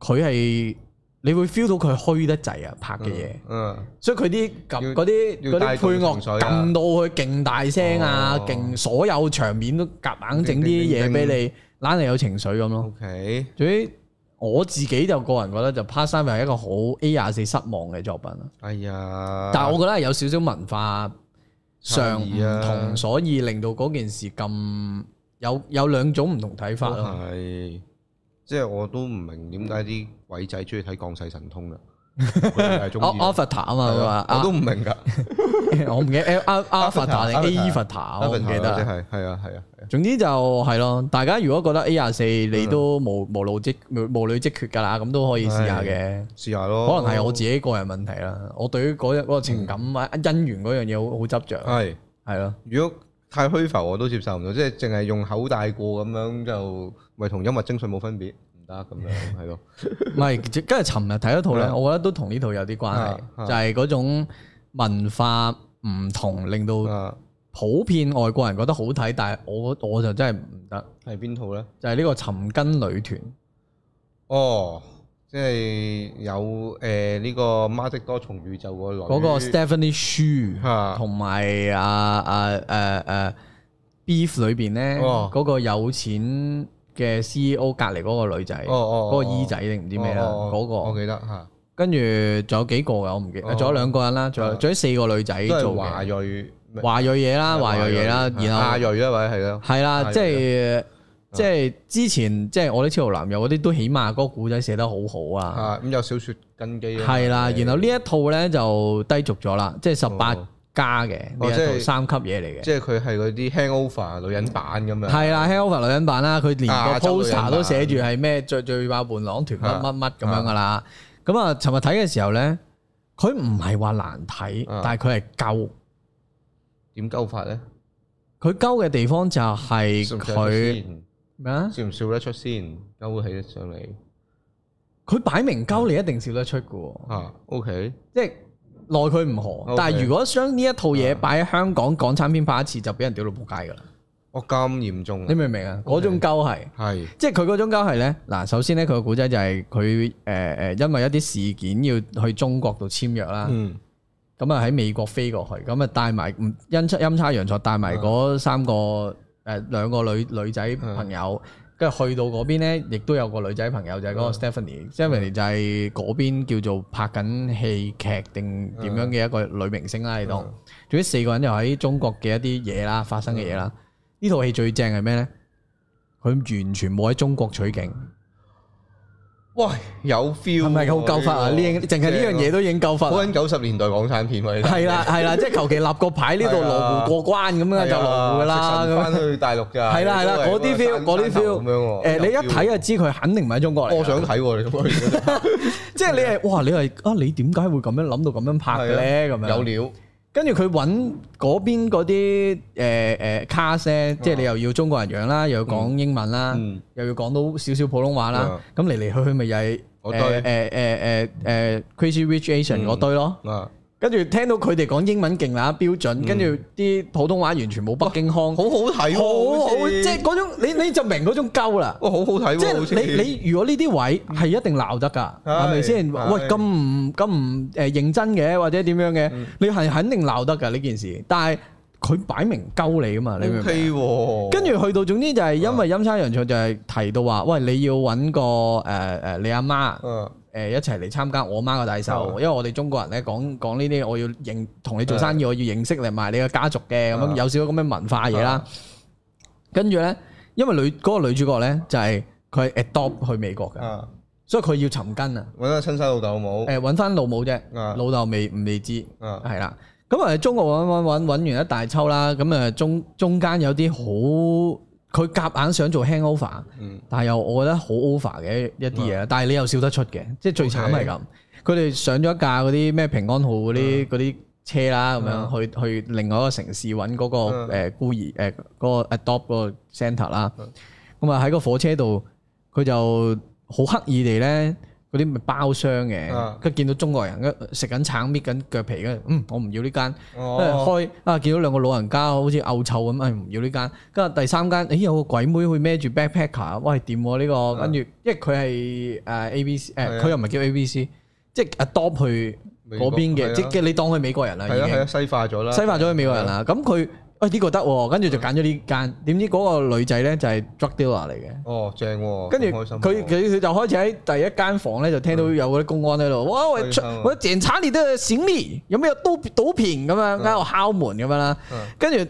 佢係你會 feel 到佢虛得滯啊，拍嘅嘢。嗯，所以佢啲撳要嗰啲要嗰帶啲配動樂情緒啊撳到佢勁大聲啊，哦勁所有場面都夾硬整啲嘢俾你，懶係有情緒咁嗯咯。 ，OK，總之我自己就個人覺得就 Part 三係一個好 A 廿四失望嘅作品啦。啊哎呀，但係我覺得係有少少文化上唔差異啊同，所以令到嗰件事咁有有兩種唔同睇法啊都咯。係，即係我都唔明點解啲鬼仔中意睇降世神 通啦，啊我 O Avatar 啊嘛，佢話我啊都唔明㗎， 我唔記得 Al- Al- Avatar Avatar，定 A 啊 Avatar，我唔 Avatar 記得啦即。係係啊係啊係啊，總之就係咯，大家如果覺得 A 廿四你都無無路即無無女即缺㗎啦，咁都可以試下嘅。試下咯，可能係我自己個人問題啦，我對於嗰一嗰個情感啊姻緣嗰樣嘢好好執着，係。啊係咯，如果太虛浮我都接受唔到，即係淨係用口大過咁樣就咪同音樂精髓冇分別，唔得咁 樣係咯。唔係跟住尋日睇嗰套咧，嗯我覺得都同呢套有啲關係嗯，嗯就係嗰種文化唔同，令到啊，普遍外國人覺得好睇，但係我我就真係唔得，係邊套咧？就係呢個尋根女團哦，即係有誒呢個《媽的多重宇宙》個女嗰個 Stephanie Shu。嚇同埋啊啊誒誒 Beef 裏邊咧，哦嗰個有錢嘅 CEO 隔離嗰個女仔，哦哦嗰個姨仔定唔知咩啦，哦哦嗰我個記得嚇。跟住仲有幾個嘅，我唔記得，哦仲有兩個人啦，仲有啊仲有四個女仔都做係華嘅，裔，華裔嘢啦，係華裔嘢啦，華裔然後亞裔啦，啊或者係啦，係啦，係即係即係之前即係我啲超男友嗰啲都起碼嗰個古仔寫得好好啊，啊咁有小說根基啊，係啦，係然後呢一套咧就低俗咗啦，即係十八加嘅呢哦即一套係三級嘢嚟嘅，即係佢係嗰啲 hangover 女人版咁樣，係啦 h e l v e r 女人版啦，佢連亞個啊洲女人 poster 版都寫住係咩最最爆伴郎團乜啊乜乜咁樣噶啦，咁啊，尋日睇嘅時候咧，佢唔係話難睇啊，但係佢係夠，點鳩法咧？佢鳩嘅地方就係笑唔笑得出佢先咩啊？笑唔笑得出先？鳩起得上嚟佢擺明鳩你一定笑得出嘅喎。啊？OK，即係奈佢唔何。 OK 啊但係如果將呢一套嘢擺喺香港港產片拍一次，就俾人屌到仆街㗎啦。我咁嚴重啊你，明唔明啊？嗰種鳩係，係即係佢嗰種鳩係咧。嗱，首先咧，佢個古仔就係佢誒誒，因為一啲事件要去中國度簽約啦。嗯咁啊喺美國飛過去，咁啊帶埋唔陰差陰差陽錯帶埋嗰三個誒兩個女女仔朋友，跟住去到嗰邊咧，亦都有個女仔朋友就係嗰個 Stephanie，Stephanie 就係嗰邊叫做拍緊戲劇定點樣嘅一個女明星啦，你當。總之四個人又喺中國嘅一啲嘢啦，發生嘅嘢啦。呢套戲最正係咩咧？佢完全冇喺中國取景，喂，有 feel 係咪好夠法啊？呢喎樣淨係呢樣嘢都已經夠法啦好緊九十年代港產片喎，係啦係啦，即係求其立個牌呢度係啊羅湖過關咁樣就羅湖噶啦咁翻樣。去大陸㗎，係啦係啦，嗰啲 feel 嗰啲 feel，誒誒你一睇啊就知佢肯定唔係中國嚟㗎。我想睇喎，你咁樣即係你係哇，你係啊，你點解會咁樣諗到咁樣拍嘅咧？咁樣有料，跟住佢揾嗰邊嗰啲誒誒卡 a 即係你又要中國人樣啦，又要講英文啦，啊嗯又要講到少少普通話啦啊，咁嚟嚟去去咪又係嗰誒誒誒誒誒 Crazy Rich Asian 嗰堆咯。啊，跟住聽到佢哋講英文勁啦標嗯準，跟住啲普通話完全冇北京腔，好好好睇喎，好好即似係嗰種你你就明嗰種鳩啦。哇好好睇即喎，好似嗯係你你如果呢啲位係一定鬧得㗎，係係咪先？係嗯喂，咁唔咁唔誒呃認真嘅，或者點樣嘅，你係肯定鬧得㗎呢件事。但係佢擺明鳩你㗎嘛，你明唔 O 明？ K 喎，跟住去到總之就係因哦為陰差陽錯就係提到話，喂你要揾個誒誒你阿媽。啊呃誒一齊嚟參加我媽個大壽，嗯因為我哋中國人咧講講呢啲，我要認同你做生意，我要認識你埋你個家族嘅咁樣，嗯有少少咁嘅文化嘢啊啦。跟住咧，因為女嗰、個女主角咧就係佢係 adopt 去美國嘅，啊，所以佢要尋根啊，揾下親生老豆老母誒揾翻老母啫，啊老豆未唔未知，啊，係啦。咁啊，中國揾揾揾揾完一大抽啦，咁啊中中間有啲好，佢夾硬想做 hangover。嗯但係又我覺得好 over 嘅一啲嘢啦，但係你又笑得出嘅，即係最慘係咁。佢哋上咗一架嗰啲咩平安號嗰嗯啲嗰啲車啦，咁樣去去另外一個城市揾嗰嗯個誒孤兒誒嗰個 adopt 嗰個 centre 啦嗯。咁啊喺個火車度，佢就好刻意地咧嗰啲咪包廂嘅嗯，跟住見到中國人跟住食緊橙搣緊腳皮，跟住嗯我唔要呢間。跟住哦，開啊，見到兩個老人家好似嘔臭咁，唉唔要呢間。跟住第三間，咦有個鬼妹會孭住 backpacker，喂掂喎呢個。跟住，因為佢係誒 A B C，啊係誒啊佢又唔係叫 A B C，即係 adopt 去美嗰國邊係嘅，啊即係你當佢美國人啦已係啊係啊，啊經，西化咗啦，西化咗佢美國人啦。咁佢喂呢個得喎，跟住就揀咗呢間。點知嗰個女仔咧就係 drug dealer 嚟嘅。哦，正喎，跟住咁開心喎嗯佢佢佢就開始喺第一間房咧，就聽到有嗰啲公安喺度，哇！我開出心啊我檢查你的行李，有咩有毒毒品咁樣，喺度敲門咁樣啦嗯。跟住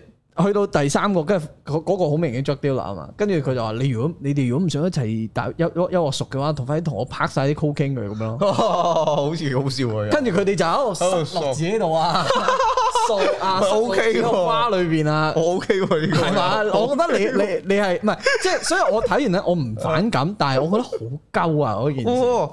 去到第三個，跟住嗰嗰個好明顯 drug dealer 啊嘛。跟住佢就話：你如果你哋如果唔想一齊打一一我熟嘅話，同快啲同我拍晒啲 cocaine 佢咁樣 咯。好似好笑喎，跟住佢哋就喺度塞落自己度 啊，掃啊，喂塞落 OK 自己個喎花裏邊啊。我 O K 喎呢個係嘛？我覺得你你你係唔啊係即係，所以我睇完咧，我唔反感，但係我覺得好鳩啊嗰件事。哇！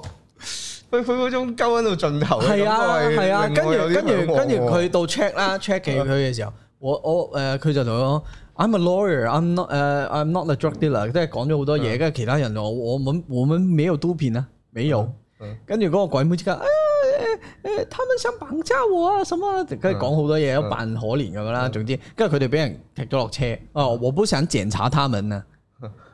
佢佢嗰種鳩喺度盡頭嘅係啊感覺係啊，令跟住我有啲跟向住往跟住喎啊佢到 check 啦 check 佢佢嘅時候，我我誒佢就同我講。I'm a lawyer, I'm not 誒、I'm not a drug dealer，即係講咗好多啊嘢，跟住其他人就話我我們我們沒有毒品啊，沒有嗯嗯。跟住嗰個鬼妹即刻啊誒誒，他們想綁架我啊什麼，跟住講好多嘢，嗯扮可憐咁樣啦。總之，跟住佢哋俾人踢咗落車。哦，我不想檢查他們啊，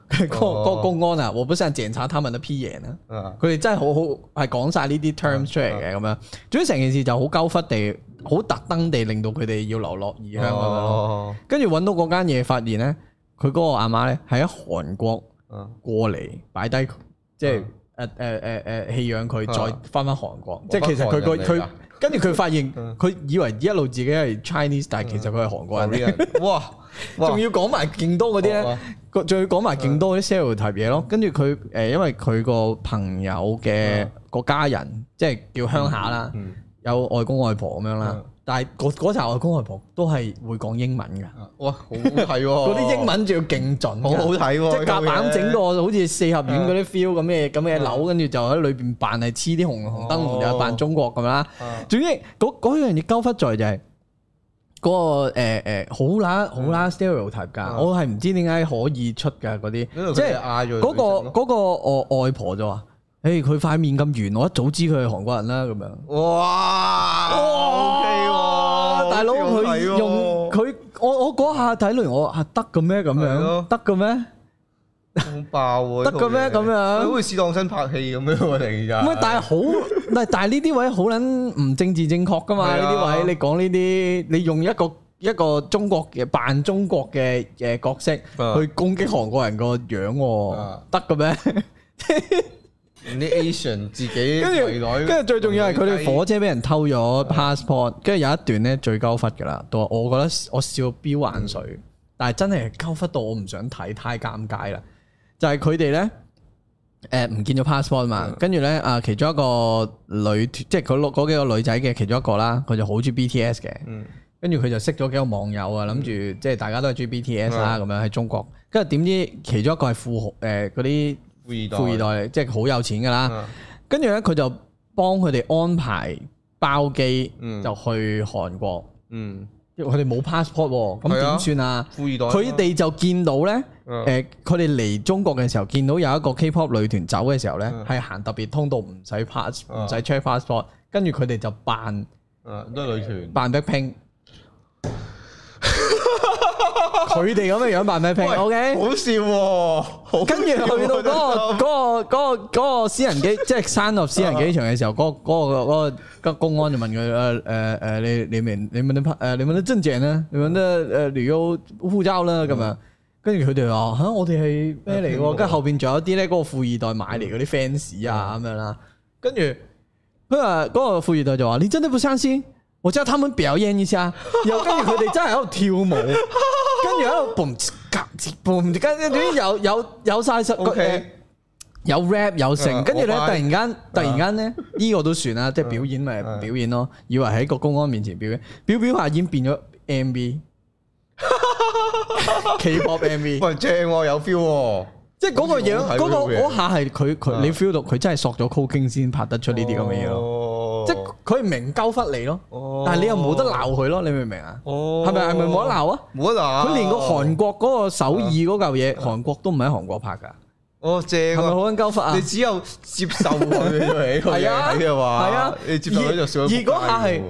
嗰個嗰個公安啊，我不想檢查他們的屁眼啊。啊佢哋真係好好係講晒呢啲 terms 出嚟嘅咁樣，總之成件事就好鳩忽地，好特登地令到佢哋要流落異鄉咁樣咯。哦跟住揾到嗰間嘢，發現咧，佢嗰個阿媽咧係喺韓國啊過嚟擺低，即係誒誒誒誒誒棄養佢，啊再翻翻韓國。即係其實佢個韓國人嚟㗎佢跟住佢發現，嗯佢以為一路自己係 Chinese，但係其實佢係韓國人， Korean 哇哇，啊仲要講埋勁多嗰啲咧哇，個仲要講埋勁多嗰啲 stereotype 嘢咯。跟住佢誒，因為佢個朋友嘅個家人，即係叫鄉下啦，啊嗯有外公外婆咁樣啦嗯。但係嗰嗰陣外公外婆都係會講英文㗎，哇好好睇喎，嗰嗰啲英文仲要勁準㗎。好哦好睇喎，啊即係夾硬整個個好似四合院嗰啲 feel 咁嘅咁嘅樓，跟住就喺裏邊扮係黐啲紅紅燈哦籠，又扮中國咁啦。啊總之嗰嗰樣嘢鳩忽在就係嗰個誒誒好乸好乸 stereotype 㗎，嗯我係唔知點解可以出㗎嗰啲，因為佢哋即係亞裔嗰女個性咯嗰個外外婆就話：，誒佢塊面咁圓，我一早知佢係韓國人啦咁樣。哇，OK 啊喎，哦大佬好佢睇喎用佢我我嗰下睇嚟我啊得嘅咩咁係樣咯得嘅咩？好爆喎，得嘅咩呢套嘢咁樣佢好似試當真拍戲咁樣喎，突然間唔係，啊但係好，但係但係呢啲位好撚唔政治正確噶嘛？係呢啊啲位你講呢啲，你用一個一個中國嘅扮中國嘅嘅角色啊去攻擊韓國人個樣喎啊，得嘅咩？啲 Asian 自己跟圍住內跟住最重要係佢哋火車俾人偷咗 passport，跟住有一段咧最鳩忽噶啦，到我覺得我笑到飆眼水，但係真係鳩忽到我唔想睇，太尷尬啦。就係佢哋咧，誒唔見咗 passport 嘛，嗯跟住咧啊其中一個女，即係佢六嗰幾個女仔嘅其中一個啦，佢就好中意 BTS 嘅，嗯跟住佢就識咗幾個網友啊，諗住即係大家都係中意 BTS 啦，啊嗯咁樣喺中國，跟住點知其中一個係富豪誒嗰啲富富二二代代嚟，即係好有錢噶啦。啊跟住咧，佢就幫佢哋安排包機，嗯就去韓國。嗯因為佢哋冇 passport，喎咁係啊點算啊？富二代佢哋就見到咧，嗯誒，佢哋嚟中國嘅時候，見到有一個 K-pop 女團走嘅時候咧，嗯係行特別通道，唔使 pass，嗯唔使 check passport，跟住佢哋就扮啊都係女團。扮 blackpink。佢哋咁嘅樣扮 blackpink，OK？好笑喎，好跟 住去到嗰、笑啊個嗰、個嗰、個嗰個私人機，即係山落私人機場嘅時候，嗰、個嗰、個嗰、個公安就問佢誒誒誒，你你明你問得誒你問得真正咧，你問得誒呃旅遊護照啦咁樣。跟住佢哋話嚇，我哋係咩嚟喎？跟住後邊仲有啲咧，嗰、個富二代買嚟嗰啲 fans 啊咁樣啦。跟住佢話嗰個富二代就話：你真的不相信？我叫他們表演 一下。又跟住佢哋真係喺度跳舞，跟住喺度 boom 夾 boom，跟住有有有晒十個 OK 有 rap 有啊成，跟住咧我嗯突買然間突然間咧，呢個都算啦，即係表演咪啊表演咯，以為喺個公安面前表演，表表下已經變咗 MV。K-pop MV，喂正喎，有 feel 喎，即係嗰個樣，好似嗰個好睇喎嗰下係佢佢嗯你 feel 到佢真係索咗 c o k i n 先拍得出呢啲咁嘅嘢咯，咯即係佢明鳩忽你咯哦，但係你又冇得鬧佢咯，你明唔明啊？哦係咪係咪冇得鬧啊？冇得鬧，佢連個韓國嗰個首爾嗰嚿嘢，韓國都唔喺韓國拍㗎，哦正係咪好喎，撚鳩忽啊啊你？只有接受佢 啫，你個嘢係啊睇嘅話，係啊你接受佢就笑到而仆街而嗰下係嘅喎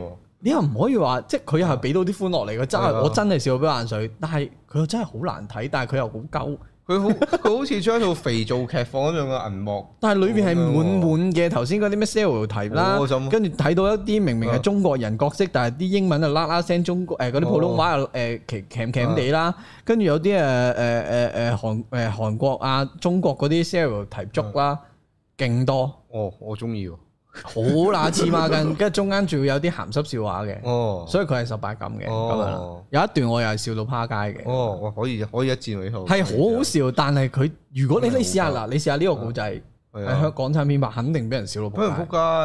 你又唔可以話，即係佢又係俾到啲歡樂嚟嘅，真係係啊我真係笑到俾眼水，但係佢又真係好難睇，但係佢又好鳩，佢好佢好似將套肥皂劇放咗上個銀幕，但係裏邊係好鳩喎滿滿嘅頭先嗰啲咩 stereotype 啦好開心，跟住睇到一啲明明係中國人角色，但係啲英文啊啦啦聲中國誒嗰啊啲哦啊普通話又誒騎騎騎地啦，跟住有啲誒誒誒誒韓誒韓國啊中國嗰啲 stereotype 捉啊啦，勁多。哦我中意喎，好乸黐孖 筋，跟住中間仲要有啲鹹濕笑話嘅，哦所以佢係十八禁嘅咁樣啦哦。有一段我又係笑到趴街嘅，哦哇可以可以一戰喎呢套，係好好笑，但係佢如果你真係你好試下嗱，你試下呢個古仔係喺啊香港產片拍，肯定俾人笑到俾人撲仆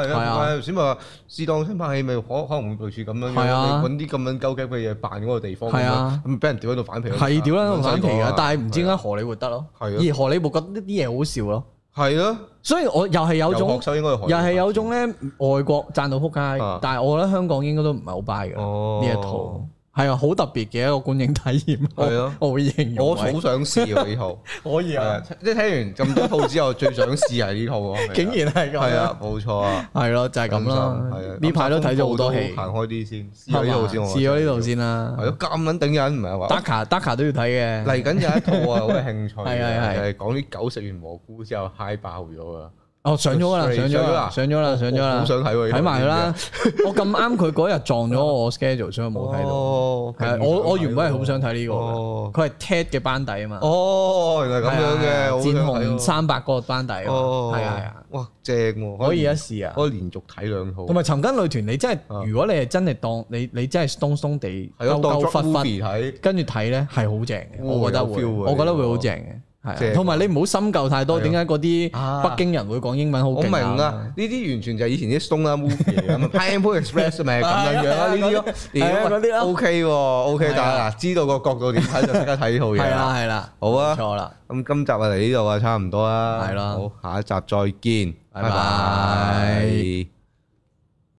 街。街，係啊啊！頭先咪話試當新拍戲，咪可可能會類似咁樣樣，係啊你揾啲咁樣鳩激嘅嘢扮嗰個地方，係啊咁樣，咁俾人屌喺度反皮，係屌啦，反皮啊嘅，！但係唔知點解荷里活得咯，係啊而荷里活覺得呢啲嘢好笑咯，係咯，所以我又係有種種學，生應該又係有種咧外國賺到仆街啊，但係我覺得香港應該都唔係好 buy 嘅哦呢一套，係啊，好特別嘅一個觀影體驗。我係啊我會形容我為好 想試啊呢套，可以係啊啊，即係睇完咁多套之後，最想試係呢套 喎，竟然係咁，係啊，冇錯啊，係咯，就係咁係啦啊。呢排都睇咗好多戲，行開啲先，試咗係嘛呢套先，試咗呢度，先啦係。啊咯，咁撚頂癮唔係啊話。 Daka Daka 都要睇嘅，嚟緊有一套啊，好有興趣嘅，係係係係講啲狗食完蘑菇之後嗨爆咗啊！哦，上咗啦，Stray，上咗啦，上上咗啦，上咗我啦，好想睇喎睇埋佢呢啦。 我咁啱佢嗰日撞咗我 schedule，所以我冇睇到。哦係啊我我原本係好想睇呢個哦嘅，佢係 TED 嘅班底啊嘛。啊哦，原來咁樣嘅，我好想戰睇紅喎三百嗰個班底啊嘛，哦，係啊係啊，，哇，正喎，可以一啊，試啊。可以連續睇兩套，同埋尋根女團，你真啊係如果你係真係當你你真係東東地係咯，兜兜當忽 drop 忽， movie 睇，跟住睇咧係好正嘅，哦我覺得有會， feel 喎我覺得呢個會好正嘅。係啊，正同埋你唔好深究太多，係啊點解嗰啲啊北京人會講英文好我明勁啊，呢啲完全就係以前啲 Stone 啦 movie 嚟㗎 嘛，Pineapple Express 咪係咁樣樣啦，呢啲咯係啊嗰啲屌咯，OK 喎，OK，係啊但係嗱，知道個角度點睇就即刻睇呢套嘢係啦。啦係啦，好啊冇錯啦，咁今集啊嚟呢度啊，差唔多啦，係啦好，下一集再見，拜拜